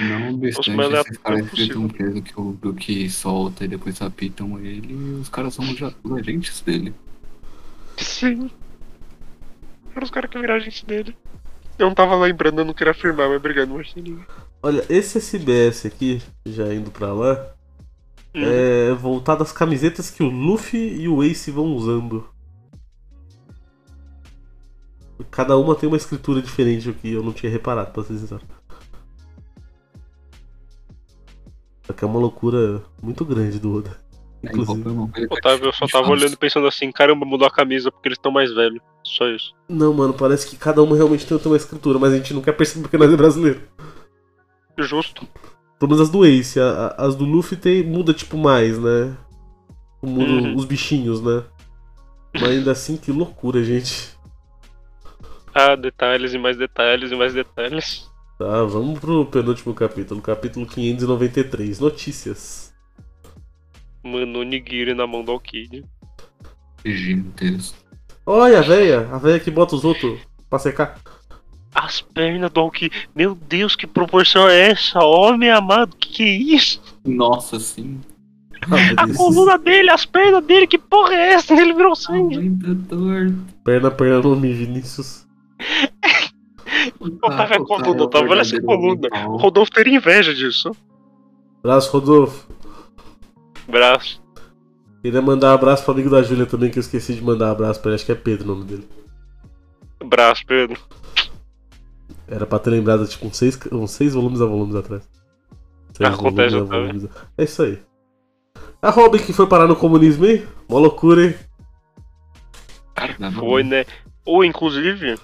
D: Não
C: Os
D: obstante,
C: mano é
D: esses caras
C: impossível.
D: gritam preso que o Brook solta e depois apitam ele e os caras são os a- os agentes dele.
C: Sim. Era os caras que viraram a gente dele. Eu não tava lembrando, eu não queria afirmar, mas obrigado, Marcelinho.
B: Olha, esse SBS aqui, já indo pra lá, é voltado às camisetas que o Luffy e o Ace vão usando. Cada uma tem uma escritura diferente, o que eu não tinha reparado, pra ser sincero. Só que é uma loucura muito grande do Oda.
D: É,
B: Inclusive.
D: envolveu uma coisa que
C: Otávio, eu só tava
D: fácil.
C: olhando e pensando assim, caramba, mudou a camisa porque eles estão mais velhos. Só isso.
B: Não, mano, parece que cada uma realmente tem uma escritura, mas a gente não quer perceber porque nós é brasileiro.
C: Justo.
B: Pelo menos as do Ace, a- a- as do Luffy tem, muda tipo mais, né? Muda
C: Uhum.
B: os bichinhos, né? Mas ainda assim, que loucura, gente.
C: Ah, detalhes e mais detalhes e mais detalhes.
B: Tá, vamos pro penúltimo capítulo, capítulo 593, notícias.
C: Mano, o Nigiri na mão do Alkid.
D: Gigantesco.
B: Olha a véia, a véia que bota os outros pra secar.
C: As pernas do Alkid. Meu Deus, que proporção é essa? Homem amado, que que é isso?
D: Nossa, assim, sim.
B: Ah,
C: A coluna dele, as pernas dele, que porra é essa? Ele virou sangue.
D: tá Muito torto.
B: Perna, perna, nome, Vinícius.
C: Otávio, é coluna,
D: Otávio,
C: Otávio, olha essa coluna. O
D: mental.
C: Rodolfo teria inveja disso.
B: Abraço, Rodolfo.
C: Braço.
B: Queria mandar um abraço pro amigo da Júlia também, que eu esqueci de mandar um abraço pra ele, acho que é Pedro o nome dele.
C: Braço, Pedro.
B: Era pra ter lembrado, tipo, uns seis, uns seis volumes a volumes atrás.
C: Acontece, Otávio.
B: a- É isso aí. A Robin que foi parar no comunismo, hein? Mó loucura, hein?
D: Cara, dá
C: Foi,
D: uma-
C: né? Ou, inclusive,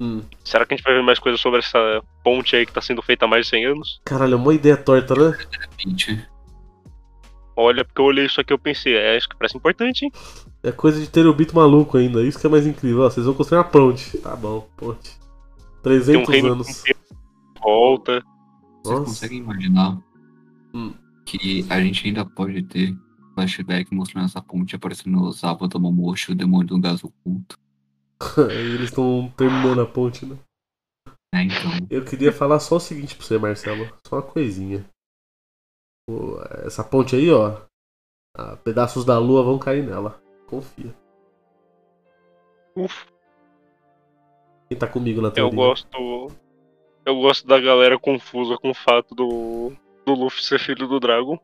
B: Hum.
C: será que a gente vai ver mais coisas sobre essa ponte aí que tá sendo feita há mais de 100 anos?
B: Caralho, é uma ideia torta, né?
D: Gente,
C: Olha, porque eu olhei isso aqui e eu pensei, é, acho que parece importante, hein?
B: É coisa de ter o beat maluco ainda, isso que é mais incrível. Ó, vocês vão construir uma ponte. Tá bom, ponte.
C: Tem um
B: 300
C: reino
B: anos.
C: inteiro que volta.
D: vocês
B: Nossa.
D: conseguem imaginar
B: Hum.
D: que a gente ainda pode ter flashback mostrando essa ponte aparecendo o Zava Tomomoshi, um o demônio do gás oculto.
B: Aí eles estão terminando a ponte, né?
D: É, então.
B: Eu queria falar só o seguinte pra você, Marcelo. Só uma coisinha. Pô, Essa ponte aí, ó. ah, Pedaços da lua vão cair nela. Confia.
C: Ufa,
B: Quem tá comigo na
C: eu
B: teoria?
C: gosto. Eu gosto da galera confusa com o fato do. Do Luffy ser filho do Dragon.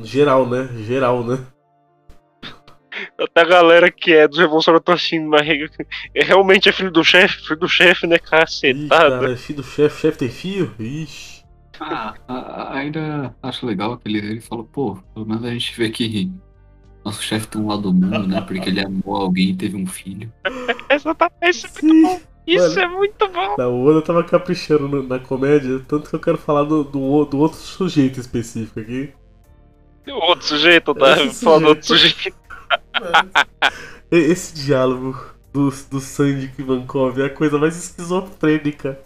B: Geral, né? Geral, né?
C: Até a galera que é dos revolucionários tá assim, mas é- realmente é filho do chefe, filho do chefe, né?
B: Ih,
C: Cacetada.
B: cara, filho do chefe, chefe tem fio? Ixi.
D: Ah, a- a- ainda acho legal que ele, ele falou, pô, pelo menos a gente vê que nosso chefe tem um lado do mundo, né? Porque ele amou alguém e teve um filho.
C: Essa tá, esse,
B: Sim.
C: isso
B: Mano.
C: é muito bom.
B: Da Oda tava caprichando no- na comédia, tanto que eu quero falar do, do, o- do outro sujeito específico aqui.
C: um Outro sujeito, tá?
B: Esse
C: Falando
B: sujeito.
C: outro sujeito.
B: E- Esse diálogo do, do Sandy e Vankov é a coisa mais esquizofrênica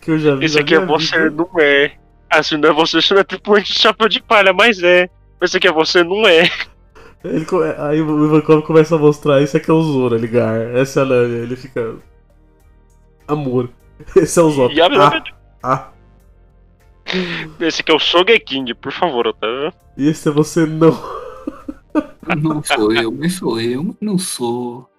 B: que eu já vi.
C: Esse
B: na
C: aqui é
B: minha
C: você,
B: vida.
C: não é. Assim, não é você, isso não é tripulante de chapéu de palha, mas é. Esse aqui é você, não é.
B: Ele come- aí o Ivankov começa a mostrar: esse aqui é o Zoro, ligar, essa é a Nami. Ele fica. Amor. Esse é o Zoro.
C: E a
B: Ah, ah.
C: Esse aqui é o Sogeking, por favor, tá? Otávio.
B: E esse é você, não.
D: Não sou eu, mas sou eu, mas não sou.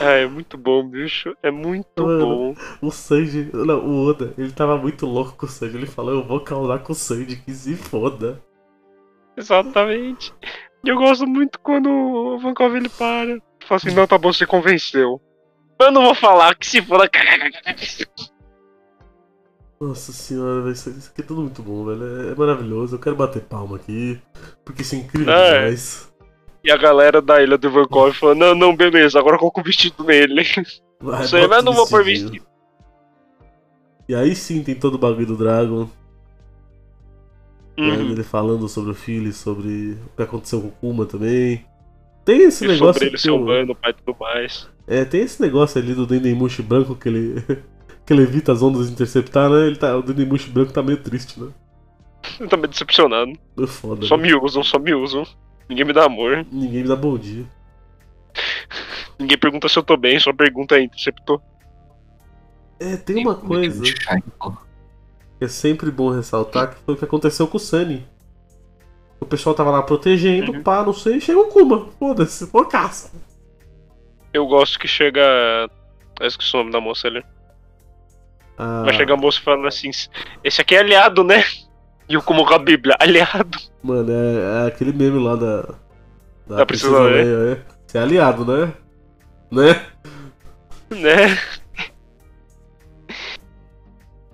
C: Ah, é muito bom, bicho. É muito
B: Mano.
C: bom.
B: O Sanji. Não, o Oda, ele tava muito louco com o Sanji. Ele falou: Eu vou causar com o Sanji, que se foda.
C: Exatamente. E eu gosto muito quando o Vankov ele para. Fala assim, não, tá bom, você convenceu. Eu não vou falar que se foda.
B: Nossa senhora, velho, isso isso aqui é tudo muito bom, velho. É- É maravilhoso. Eu quero bater palma aqui, porque isso é incrível
C: É.
B: demais.
C: E a galera da ilha do Vankov fala, não, não, beleza, agora coloca o vestido nele.
B: Vai,
C: Isso aí,
B: bota
C: mas eu não vou pôr
B: vestido.
C: vestido.
B: E aí sim tem todo o bagulho do Dragon. né,
C: Uhum.
B: Ele falando sobre o Philly, sobre o que aconteceu com o Kuma também. Tem esse
C: E
B: negócio.
C: sobre ele
B: que
C: ser
B: o-
C: humano, pai e tudo mais.
B: É, tem esse negócio ali do Dendemushi branco que ele. que ele evita as ondas de interceptar, né? Ele tá, o Dendemushi branco tá meio triste, né?
C: Eu tô me decepcionando.
B: Meio foda.
C: Só
B: né?
C: me usam, só me usam. Ninguém me dá amor.
B: Ninguém me dá bom dia.
C: Ninguém pergunta se eu tô bem, só pergunta aí, se eu tô.
B: É, tem uma coisa que é sempre bom ressaltar que foi o que aconteceu com o Sunny. O pessoal tava lá protegendo,
C: Uhum.
B: pá, não sei, chega o Kuma. Foda-se, loucaça.
C: Eu gosto que chega. Eu esqueci o nome da moça ali.
B: Ah,
C: Mas chega a moça falando assim: esse aqui é aliado, né? E o como com a Bíblia, aliado.
B: Mano, é, é aquele meme lá da.
C: Da Princesa Leia.
B: Leia, é. Você é aliado, né? Né?
C: né?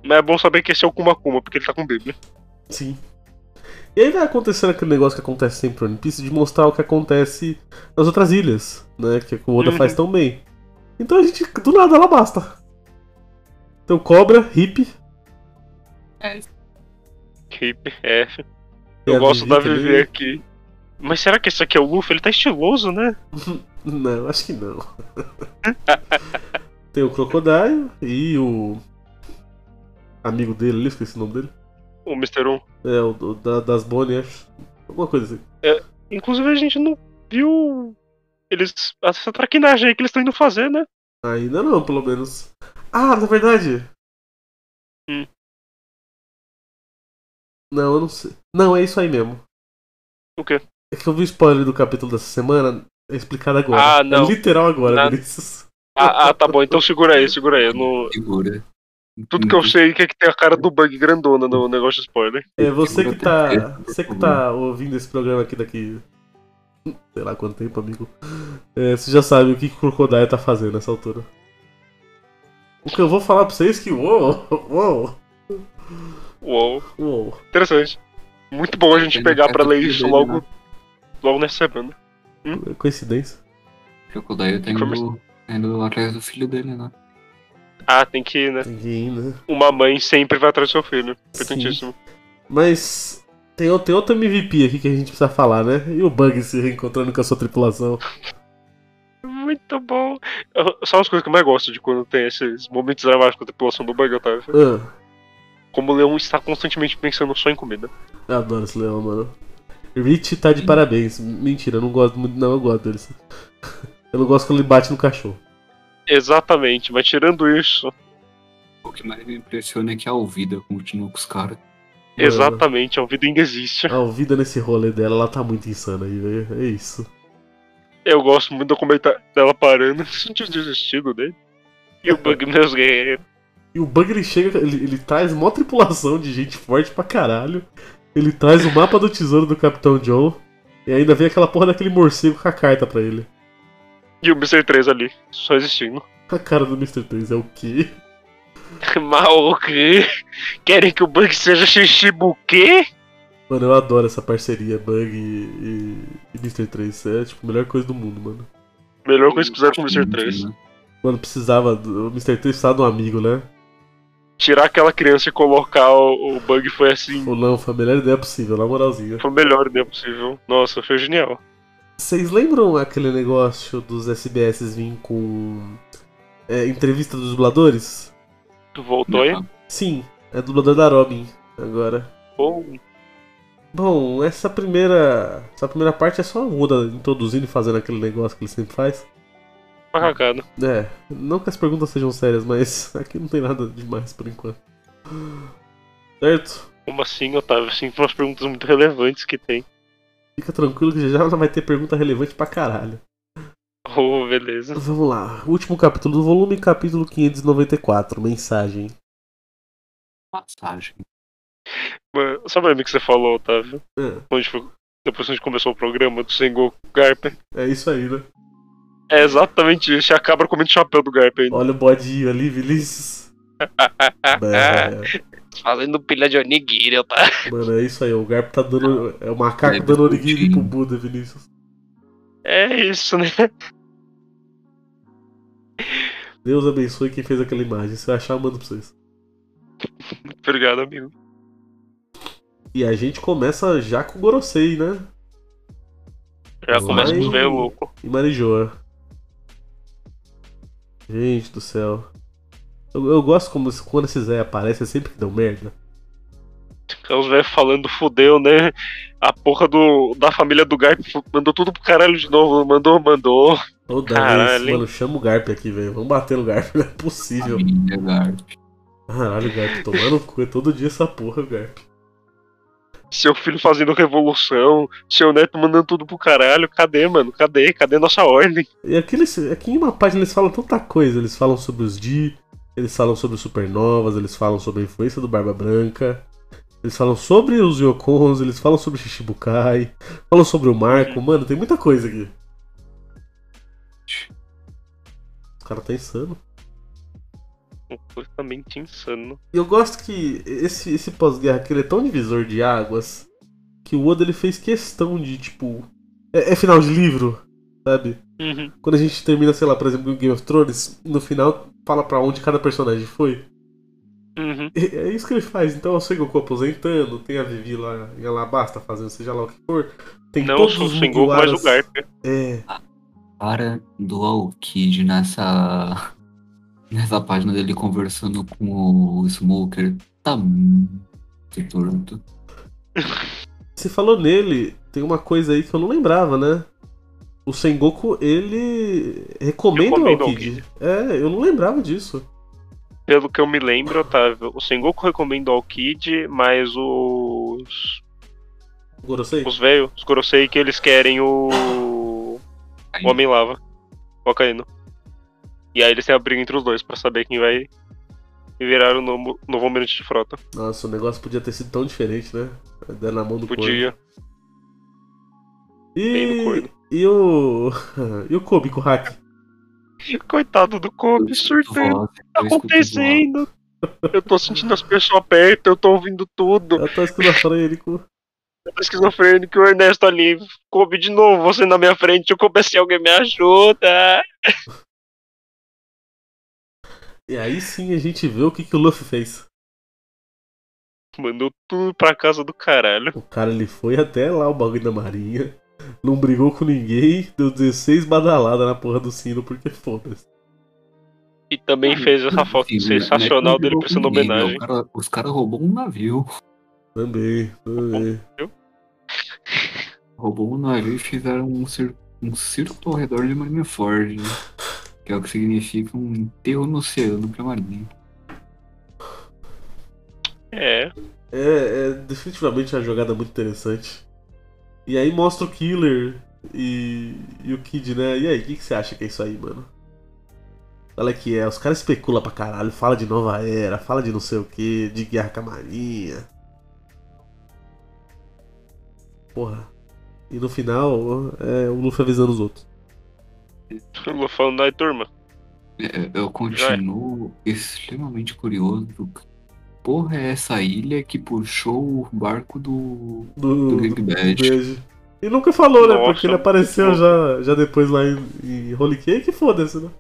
C: Mas é bom saber que esse é o Kuma Kuma, porque ele tá com Bíblia.
B: Sim. E aí vai acontecendo aquele negócio que acontece sempre no One Piece de mostrar o que acontece nas outras ilhas, né? Que o Oda
C: Uhum.
B: faz tão bem. Então a gente, do nada, ela basta. Então, cobra, hippie.
C: Hip, é.
B: tem
C: Eu
B: a
C: gosto da
B: também.
C: Vivi aqui. Mas será que esse aqui é o Luffy? Ele tá estiloso, né?
B: Não, acho que não. tem o Crocodile e o. Amigo dele ali, esqueci o nome dele.
C: O Um. Mr. 1.
B: É, o, o da- das Bonnie, acho. Alguma coisa assim.
C: Inclusive a gente não viu eles. essa traquinagem aí que eles estão indo fazer, né?
B: Ainda não, pelo menos. Ah, na verdade.
C: Hum.
B: Não, eu não sei. Não, é isso aí mesmo.
C: O quê?
B: É que eu vi o spoiler do capítulo dessa semana. É explicado agora.
C: Ah, não.
B: É literal agora,
C: Na-
B: Vinícius.
C: Ah, ah, tá bom, então segura aí, segura aí. Eu não-
D: Segura.
C: Tudo que eu sei é que tem a cara do bug grandona no negócio de spoiler.
B: É você que tá.
D: Segura.
B: Você que tá ouvindo esse programa aqui daqui. Sei lá quanto tempo, amigo. É, você já sabe o que que o Crocodile tá fazendo nessa altura. O que eu vou falar pra vocês é que. Uou! Uou!
C: Uou,
B: Uou!
C: interessante. Muito bom a gente
D: Ele
C: pegar
D: tá
C: pra
D: com
C: ler
D: tudo
C: isso
D: dele,
C: logo,
D: né?
C: logo nessa semana.
B: é Coincidência.
D: Crocodile tá indo, tá indo atrás do filho dele, né?
C: Ah, tem que ir, né?
B: Ninguém, né?
C: Uma mãe sempre vai atrás do seu filho. Importantíssimo.
B: Mas tem, o- tem outra MVP aqui que a gente precisa falar, né? E o Bug se reencontrando com a sua tripulação.
C: Muito bom. Eu- Só as coisas que eu mais gosto de quando tem esses momentos dramáticos com a tripulação do bug, Otávio.
B: Ah,
C: Como o leão está constantemente pensando só em comida.
B: eu adoro esse leão, mano. Rich tá de parabéns. Mentira, eu não gosto muito. Não, eu gosto deles. Eu não gosto quando ele bate no cachorro.
C: Exatamente, mas tirando isso,
D: O que mais me impressiona é que a Alvida continua com os caras.
B: Mano,
C: exatamente, a vida ainda existe.
B: A vida nesse rolê dela, ela tá muito insana aí, velho. É isso.
C: Eu gosto muito do comentário dela parando. Sentiu desistido dele. E o Bug, meus guerreiros.
B: E o Bug ele chega, ele, ele traz mó tripulação de gente forte pra caralho. Ele traz o mapa do tesouro do Capitão John. E ainda vem aquela porra daquele morcego com a carta pra ele.
C: E o Mr. 3 ali, só existindo.
B: A cara do Mr. 3 é o quê?
C: Mal o quê? Querem que o Bug seja Shishibuke?
B: Mano, eu adoro essa parceria Bug e, e, e Mr. 3. É tipo a melhor coisa do mundo, mano.
C: Melhor coisa que fizeram com o Mr. 3.
D: Né?
B: Mano, precisava. do- O Mr. 3 precisava de um amigo, né?
C: Tirar aquela criança e colocar o, o Bug foi assim.
B: O Lanfa, a melhor ideia possível, na moralzinha.
C: Foi a melhor ideia possível. Nossa, foi genial.
B: Vocês lembram aquele negócio dos SBS vir com. é, entrevista dos dubladores?
C: Tu voltou aí?
D: Não,
B: Sim, é dublador da Robin agora.
C: Bom,
B: Bom, essa primeira. Essa primeira parte é só o Oda introduzindo e fazendo aquele negócio que ele sempre faz.
C: uma cagada.
B: É, não que as perguntas sejam sérias, mas aqui não tem nada demais por enquanto. Certo?
C: Como assim, Otávio? Assim, foram umas perguntas muito relevantes que tem.
B: Fica tranquilo que já já vai ter pergunta relevante pra caralho.
C: Oh, beleza.
B: Vamos lá. Último capítulo do volume, capítulo 594, mensagem.
D: Passagem.
C: Mano, sabe o que você falou, Otávio?
B: É,
C: Quando a gente foi- Depois que a gente começou o programa do Sengoku Garp.
B: é isso aí, né?
C: É exatamente isso. E acaba comendo o chapéu do Garp ainda.
B: Olha o bodinho ali, Vinícius. É,
C: Ah, Fazendo pilha de onigiri, Otávio.
B: mano, é isso aí. O Garp tá dando. É o macaco dando origami pro Buda, Vinícius.
C: É isso, né?
B: Deus abençoe quem fez aquela imagem. Se eu achar, eu mando pra vocês.
C: Obrigado, amigo.
B: E a gente começa já com o Gorosei, né?
C: Já começa com os
B: Vai.
C: velho louco.
B: E Marijoa. Gente do céu. Eu, eu gosto como se- quando esses Zé aparecem, é sempre que dão merda.
C: É Os velhos falando, fudeu, né? A porra do, da família do Garp fu- mandou tudo pro caralho de novo. Mandou, mandou.
B: Toda
C: Caralho,
B: vez,
C: hein?
B: mano, chama o Garp aqui, velho. Vamos bater no Garp, não é possível.
D: Família, Garp.
B: Caralho, Garp, tomando cu. É todo dia essa porra, Garp.
C: Seu filho fazendo revolução. Seu neto mandando tudo pro caralho. Cadê, mano? Cadê? Cadê nossa ordem?
B: E aqui, eles, aqui em uma página eles falam tanta coisa. Eles falam sobre os Di, eles falam sobre os supernovas, eles falam sobre a influência do Barba Branca, eles falam sobre os Yokons, eles falam sobre Shishibukai, falam sobre o Marco. Mano, tem muita coisa aqui. O cara tá insano.
C: Completamente insano.
B: E eu gosto que esse, esse pós-guerra aqui ele é tão divisor de águas que o Oda ele fez questão de, tipo. É, é final de livro, sabe?
C: Uhum.
B: Quando a gente termina, sei lá, por exemplo, Game of Thrones, no final fala pra onde cada personagem foi.
C: Uhum.
B: E- É isso que ele faz. Então eu sei Goku aposentando, tem a Vivi lá em Alabasta fazendo seja lá o que for. Tem
C: Não
B: todos
C: sou o
B: os
C: Sengoku, mas o
B: Mugiwaras.
C: Garp.
B: É,
D: Para do Aokid nessa. Nessa página dele conversando com o Smoker. Tá muito torto.
B: você falou nele, tem uma coisa aí que eu não lembrava, né? O Sengoku, ele recomenda o
C: Recomenda o
B: Alkid. É, eu não lembrava disso.
C: Pelo que eu me lembro, Otávio, o Sengoku recomenda o Kid, mas os.
B: Gorosei?
C: Os velhos, os Gorosei, que eles querem o. O Homem Lava. O Akainu. E aí eles têm a briga entre os dois pra saber quem vai virar o novo, novo almirante de frota.
B: Nossa, o negócio podia ter sido tão diferente, né? Dando na mão do corno.
C: Podia. bem do
B: E,
C: corno.
B: e o. E o Kobe com o hack?
C: Coitado do Kobe, surtando.
D: Voz,
C: Tá
D: eu escuto voz.
C: um acontecendo? Eu tô sentindo as pessoas perto, eu tô ouvindo tudo.
B: Eu tô esquizofrênico.
C: Eu tô esquizofrênico, o Ernesto ali. Kobe de novo, você na minha frente. Eu comecei, alguém me ajuda.
B: E aí sim a gente vê o que, que o Luffy fez.
C: Mandou tudo pra casa do caralho.
B: O cara ele foi até lá o bagulho da marinha, não brigou com ninguém, deu 16 badaladas na porra do sino, porque foda-se.
C: E também fez essa foto
D: Sim, né?
C: sensacional dele prestando
D: Ninguém, né?
C: homenagem.
D: O cara- os caras roubou um navio.
B: Também, também.
D: Roubou um navio e fizeram um, cir um circo ao redor de Marineford. né? Que é o que significa um enterro no oceano pra Marinha.
C: É,
B: É, é definitivamente uma jogada muito interessante. E aí mostra o Killer e, e o Kid, né? E aí, o que, que você acha que é isso aí, mano? Olha que é, os caras especulam pra caralho, fala de nova era, fala de não sei o que, de guerra com a marinha. Porra. E no final, é o Luffy avisando os outros.
C: o Lu falando, aí turma,
D: É, Eu continuo extremamente curioso. do que Porra, é essa ilha que puxou o barco do, do
B: Do,
D: Big
B: do
D: Bad.
B: beijo. E nunca falou, né?
C: Nossa.
B: Porque ele apareceu já, já depois lá em, em Holy Cake, foda-se, né?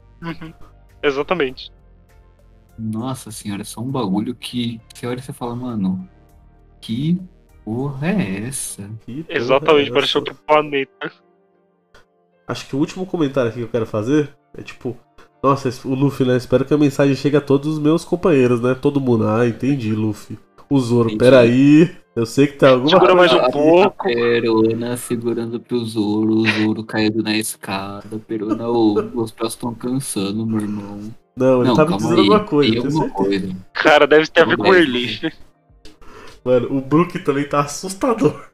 C: exatamente.
D: Nossa senhora, é só um bagulho que você olha e você fala, mano, que porra é essa?
B: Que porra
C: Exatamente,
B: é
C: parece
B: essa?
C: outro planeta.
B: Acho que o último comentário aqui que eu quero fazer é tipo. Nossa, esse- o Luffy, né? Espero que a mensagem chegue a todos os meus companheiros, né? Todo mundo. Ah, entendi, Luffy. O Zoro,
D: Entendi.
B: peraí. Eu sei que tem alguma
C: Segura mais
B: coisa.
C: um pouco.
D: Perona segurando pro Zoro, o Zoro caindo na escada, Perona, ô, os pés estão cansando, meu irmão.
B: Não, ele
D: Não,
B: tá me
D: calma
B: dizendo
D: aí,
B: alguma coisa.
D: tem
B: eu tenho
D: alguma
B: certeza.
D: coisa.
C: Cara, deve ter a ver com o
D: Tudo bem.
C: Erlich.
B: Mano, o Brook também tá assustador.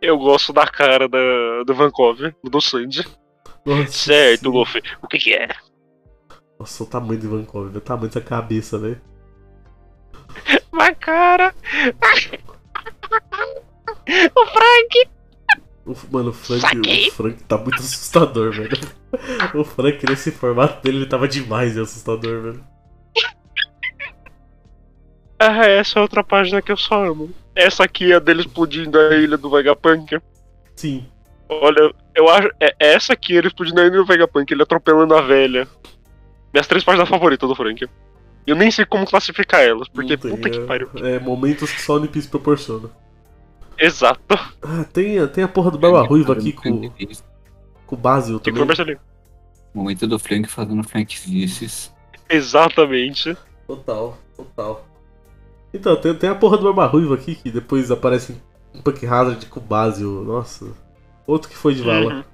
C: Eu gosto da cara da, do Vancouver, do Sandy.
B: Nossa,
C: Certo, Luffy. O que que é?
B: Nossa, o tamanho do Ivankov, velho. O tamanho dessa cabeça, né? velho.
C: Mas, cara... o Frank!
B: O- Mano, o Frank,
C: Saquei.
B: o Frank tá muito assustador, velho. O Frank, nesse formato dele, ele tava demais de assustador, velho.
C: Ah, essa é outra página que eu só amo. Essa aqui é a dele explodindo a ilha do Vegapunk.
B: Sim.
C: Olha, eu acho. É é essa aqui, ele explodindo a ilha do Vegapunk, ele atropelando a velha. Minhas três páginas favoritas do Frank. Eu nem sei como classificar elas, porque
B: não tem,
C: puta que
B: é-
C: pariu.
B: É, momentos que só o Nipis proporciona.
C: Exato.
B: Ah, tem, tem a
D: É
B: porra do Barba Ruiva aqui com,
D: Frank-
B: com o Basil
C: Que
B: também.
C: conversa ali.
D: Momento do Frank fazendo Frank Vices.
C: Exatamente.
B: Total, total. Então, tem, tem a porra do Barba Ruiva aqui, que depois aparece um Punk Hazard com o Basil. Nossa. Outro que foi de vala.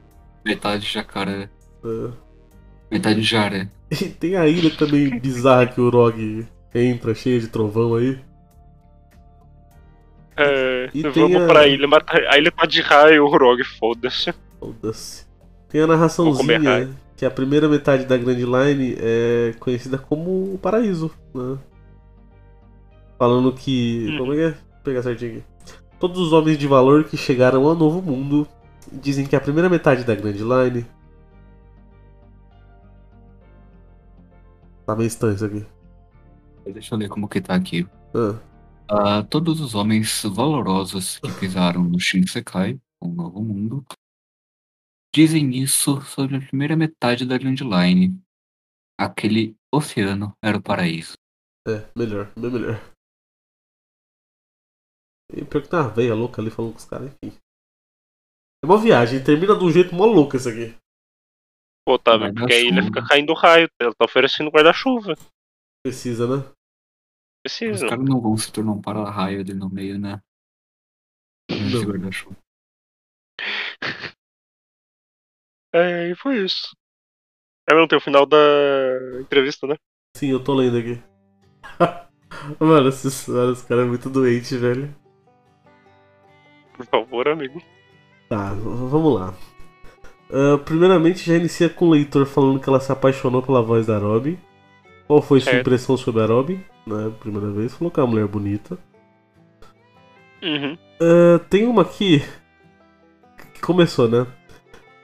D: Metade jacaré.
B: É.
D: Metade jaré.
B: E tem a ilha também bizarra que o Rog entra, cheia de trovão aí.
C: É,
B: E
C: vamos
B: tem a-
C: pra ilha, mas a ilha tá de raio, o Rog, foda-se.
B: Foda-se. Oh, Tem a
C: Vou comer
B: narraçãozinha,
C: raio.
B: né? que a primeira metade da Grand Line é conhecida como o Paraíso, né? Falando que.
C: Hum.
B: Como é que é? Vou pegar certinho aqui. Todos os homens de valor que chegaram ao novo mundo dizem que a primeira metade da Grand Line. Tá meio estranho isso aqui.
D: Deixa eu ler como que tá aqui.
B: Ah,
D: A todos os homens valorosos que pisaram no Shinsekai, o novo mundo, dizem isso sobre a primeira metade da Grand Line. Aquele oceano era o paraíso.
B: é, melhor, bem melhor. E pior que tem uma veia louca ali falando com os caras, enfim. É uma viagem, termina de um jeito mó louco isso aqui.
C: Pô, tá, velho, porque a ilha
D: Guarda-chuva.
C: fica caindo raio, ela tá oferecendo guarda-chuva.
B: Precisa, né?
D: Os
C: Precisa.
D: caras não vão se tornar um para-raio ali no meio, né? Nesse guarda-chuva.
C: É, e foi isso. É mesmo, tem o final da entrevista, né?
B: Sim, eu tô lendo aqui. Mano, esses mano, esse cara é muito doente, velho.
C: Por favor, amigo.
B: Tá, v- vamos lá. Ah, primeiramente, já inicia com o leitor falando que ela se apaixonou pela voz da Robin. Qual foi sua
C: Certo.
B: impressão sobre a Robin? Na primeira vez, falou que é uma mulher bonita.
C: Uhum.
B: Ah, tem uma aqui. Que começou, né?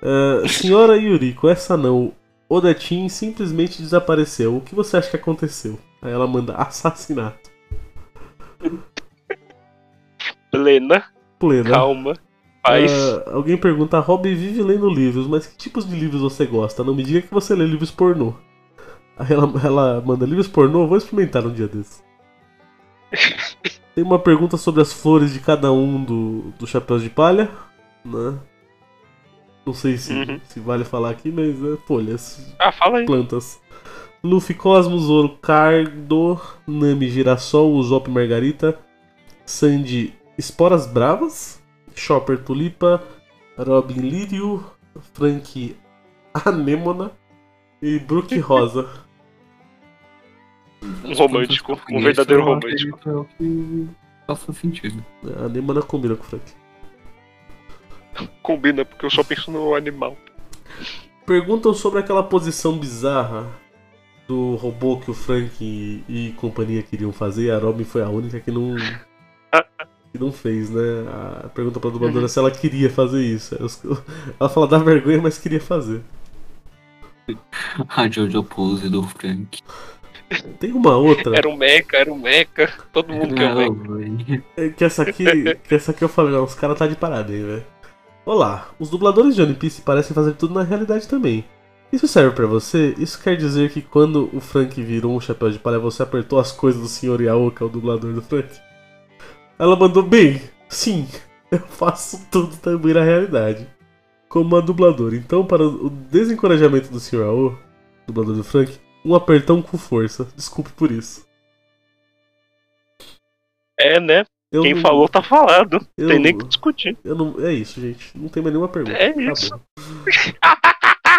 B: Ah, senhora Yuriko, essa não. Odetin simplesmente desapareceu. O que você acha que aconteceu? Aí ela manda assassinato.
C: Plena,
B: Plena.
C: calma, paz.
B: Ah, alguém pergunta, Robin vive lendo livros, mas que tipos de livros você gosta? Não me diga que você lê livros pornô. Aí ela, ela manda livros pornô, eu vou experimentar um dia desses. Tem uma pergunta sobre as flores de cada um do, do Chapéus de Palha, né? Não sei se,
C: Uhum.
B: se vale falar aqui, mas né, folhas
C: Ah, fala aí.
B: plantas. Luffy, Cosmos, Ouro, Cardo, Nami, Girassol, Usopp, Margarita, Sandy, Esporas Bravas, Chopper, Tulipa, Robin, Lírio, Frank, Anêmona e Brook Rosa.
D: Um
C: romântico, um verdadeiro romântico.
D: É o que faça sentido.
B: A Anêmona combina com o Frank.
C: Combina, porque eu só penso no animal.
B: Perguntam sobre aquela posição bizarra do robô que o Frank e, e companhia queriam fazer. A Robin foi a única que não que não fez, né? A pergunta pra dubladora se ela queria fazer isso. Aí os- Ela fala da vergonha, mas queria fazer.
D: A Jojo Pose do Frank.
B: Tem uma outra
C: Era um meca, era um meca. Todo mundo quer um meca.
D: velho.
B: É que essa aqui, que essa aqui eu falei, não, os caras tá de parada aí, velho. Olá, os dubladores de One Piece parecem fazer tudo na realidade também. Isso serve pra você? Isso quer dizer que quando o Frank virou um chapéu de palha, você apertou as coisas do Sr. Yaoka, o dublador do Frank? Ela mandou bem. Sim, eu faço tudo também na realidade. Como uma dubladora. Então, para o desencorajamento do Sr. Ao, dublador do Frank, um apertão com força. Desculpe por isso.
C: É, né?
B: Eu
C: Quem
B: não-
C: falou tá falado.
B: eu-
C: Tem nem que discutir.
B: Eu não... É isso, gente. Não tem mais nenhuma pergunta.
C: É
B: Acabou.
C: isso.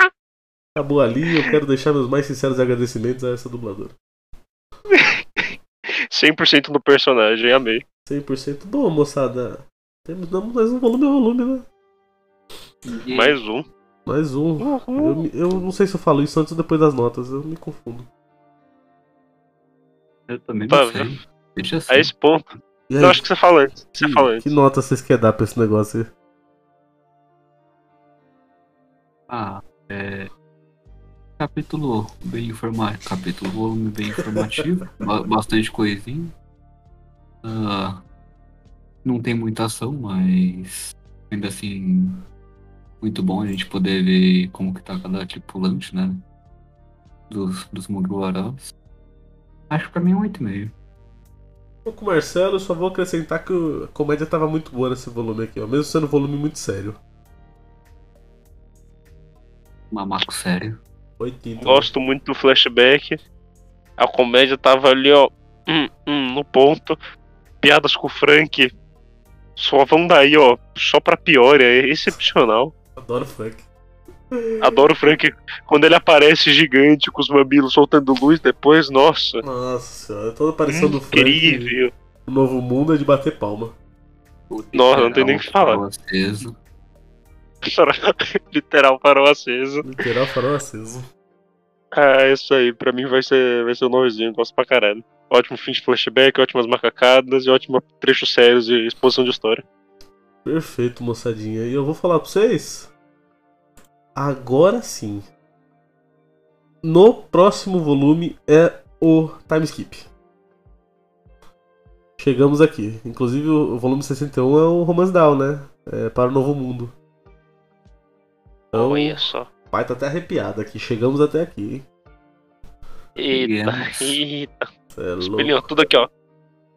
B: Acabou ali. Eu quero deixar meus mais sinceros agradecimentos a essa dubladora.
C: 100% do personagem, amei.
B: 100% bom, moçada. Temos damos mais um volume a volume, né?
C: Mais um.
B: Mais um. Eu,
C: Uhul.
B: me- eu não sei se eu falo isso antes ou depois das notas, eu me confundo.
D: Eu também
C: Tá,
D: não sei. Eu já
C: A
D: sei.
C: É esse ponto.
B: E aí,
C: Não, acho que você fala antes. Você
B: que,
C: fala antes.
B: É que nota vocês querem dar pra esse negócio aí?
D: Ah, é. Capítulo bem informativo. Capítulo volume bem informativo. ba- bastante coisinha. Ah, não tem muita ação, mas ainda assim. Muito bom a gente poder ver como que tá cada tripulante, né? Dos, dos Mugiwaras. Acho que pra mim é um 8,5.
B: Tô com o Marcelo, eu só vou acrescentar que o- a comédia tava muito boa nesse volume aqui, ó. Mesmo sendo um volume muito sério.
D: Mamaco sério.
B: Oitinho.
C: Gosto muito do flashback. A comédia tava ali, ó, hum, hum, no ponto. Piadas com o Frank só vão daí, ó, só pra pior. É excepcional.
B: Adoro funk.
C: Adoro o Frank quando ele aparece gigante com os mamilos soltando luz depois. Nossa,
B: Nossa senhora, é toda aparição do Frank
C: incrível.
B: no Novo Mundo é de bater palma.
C: Nossa, não tem nem o que falar.
D: Tava aceso.
C: Literal farol aceso.
B: Literal farol aceso.
C: Ah, é isso aí. Pra mim vai ser, vai ser um novezinho. Gosto pra caralho. Ótimo fim de flashback, ótimas macacadas e ótimo trecho sérios e exposição de história.
B: Perfeito, moçadinha. E eu vou falar pra vocês. Agora sim. No próximo volume é o time skip. Chegamos aqui. Inclusive o o volume 61 é o Romance Down, né? É para o Novo Mundo. Então,
C: Olha só.
B: o pai tá até arrepiado aqui. Chegamos até aqui. hein?
C: Eita,
D: Yes.
C: eita.
B: Cê é louco.
C: Espelhinho, tudo aqui, ó.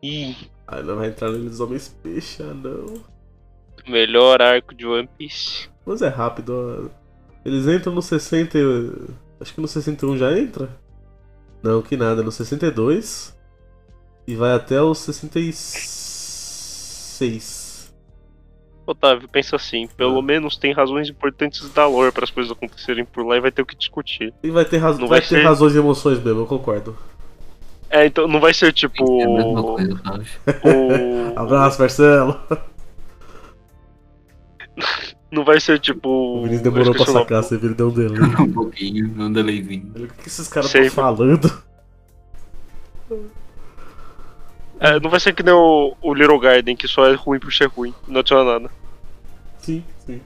C: Ih,
B: Aí não vai entrar neles homens peixe, ah, não.
C: melhor arco de One Piece.
B: Mas é rápido. ó. Eles entram no 60. e- Acho que no 61 já entra? Não, que nada, no 62. E vai até o 66.
C: Otávio, pensa assim,
B: Ah.
C: pelo menos tem razões importantes da lore para as coisas acontecerem por lá e vai ter o que discutir.
B: E vai ter, raz...
C: Não
B: vai
C: vai
B: ter
C: ser-
B: razões e emoções mesmo, eu concordo.
C: É, então não vai ser tipo
D: É a mesma
C: o,
D: coisa, sabe?
C: o
B: Abraço, Marcelo!
C: não vai ser tipo
B: O Vinícius demorou pra sacar, você viu, ele deu um delay.
D: um pouquinho, um delayzinho.
B: Ele, O que que esses caras estão
C: Sei.
B: falando?
C: É, não vai ser que nem o, o Little Garden, que só é ruim por ser ruim, não adiciona nada.
B: Sim, sim.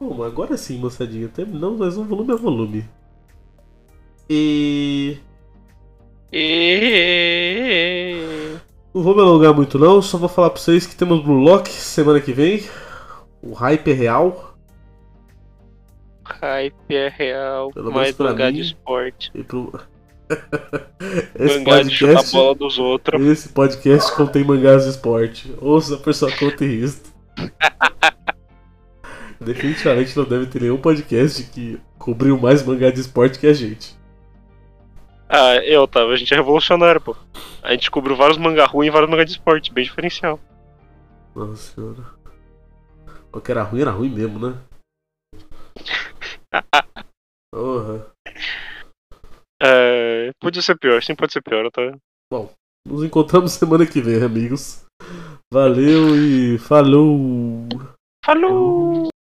B: Bom, agora sim, moçadinha, terminamos mais um volume a volume. E. Não vou me alongar muito não, só vou falar pra vocês que temos Blue Lock semana que vem. O hype é real.
C: Hype é real,
B: Pelo menos
C: mais
B: pra
C: mangá
B: mim.
C: de esporte.
B: E pro... esse,
C: Mangá de chutar a
B: podcast,
C: bola dos outros.
B: esse podcast contém mangás de esporte. Ouça por sua conta e risco. Definitivamente não deve ter nenhum podcast que cobriu mais mangá de esporte que a gente.
C: Ah, eu, Otávio, a gente é revolucionário, pô. A gente cobriu vários mangá ruins e vários mangá de esporte, bem diferencial.
B: Nossa senhora. O que era ruim era ruim mesmo, né? Porra.
C: É, podia ser pior, sim pode ser pior, tá? Otávio.
B: Nos encontramos semana que vem, amigos. Valeu e falou!
C: Falou!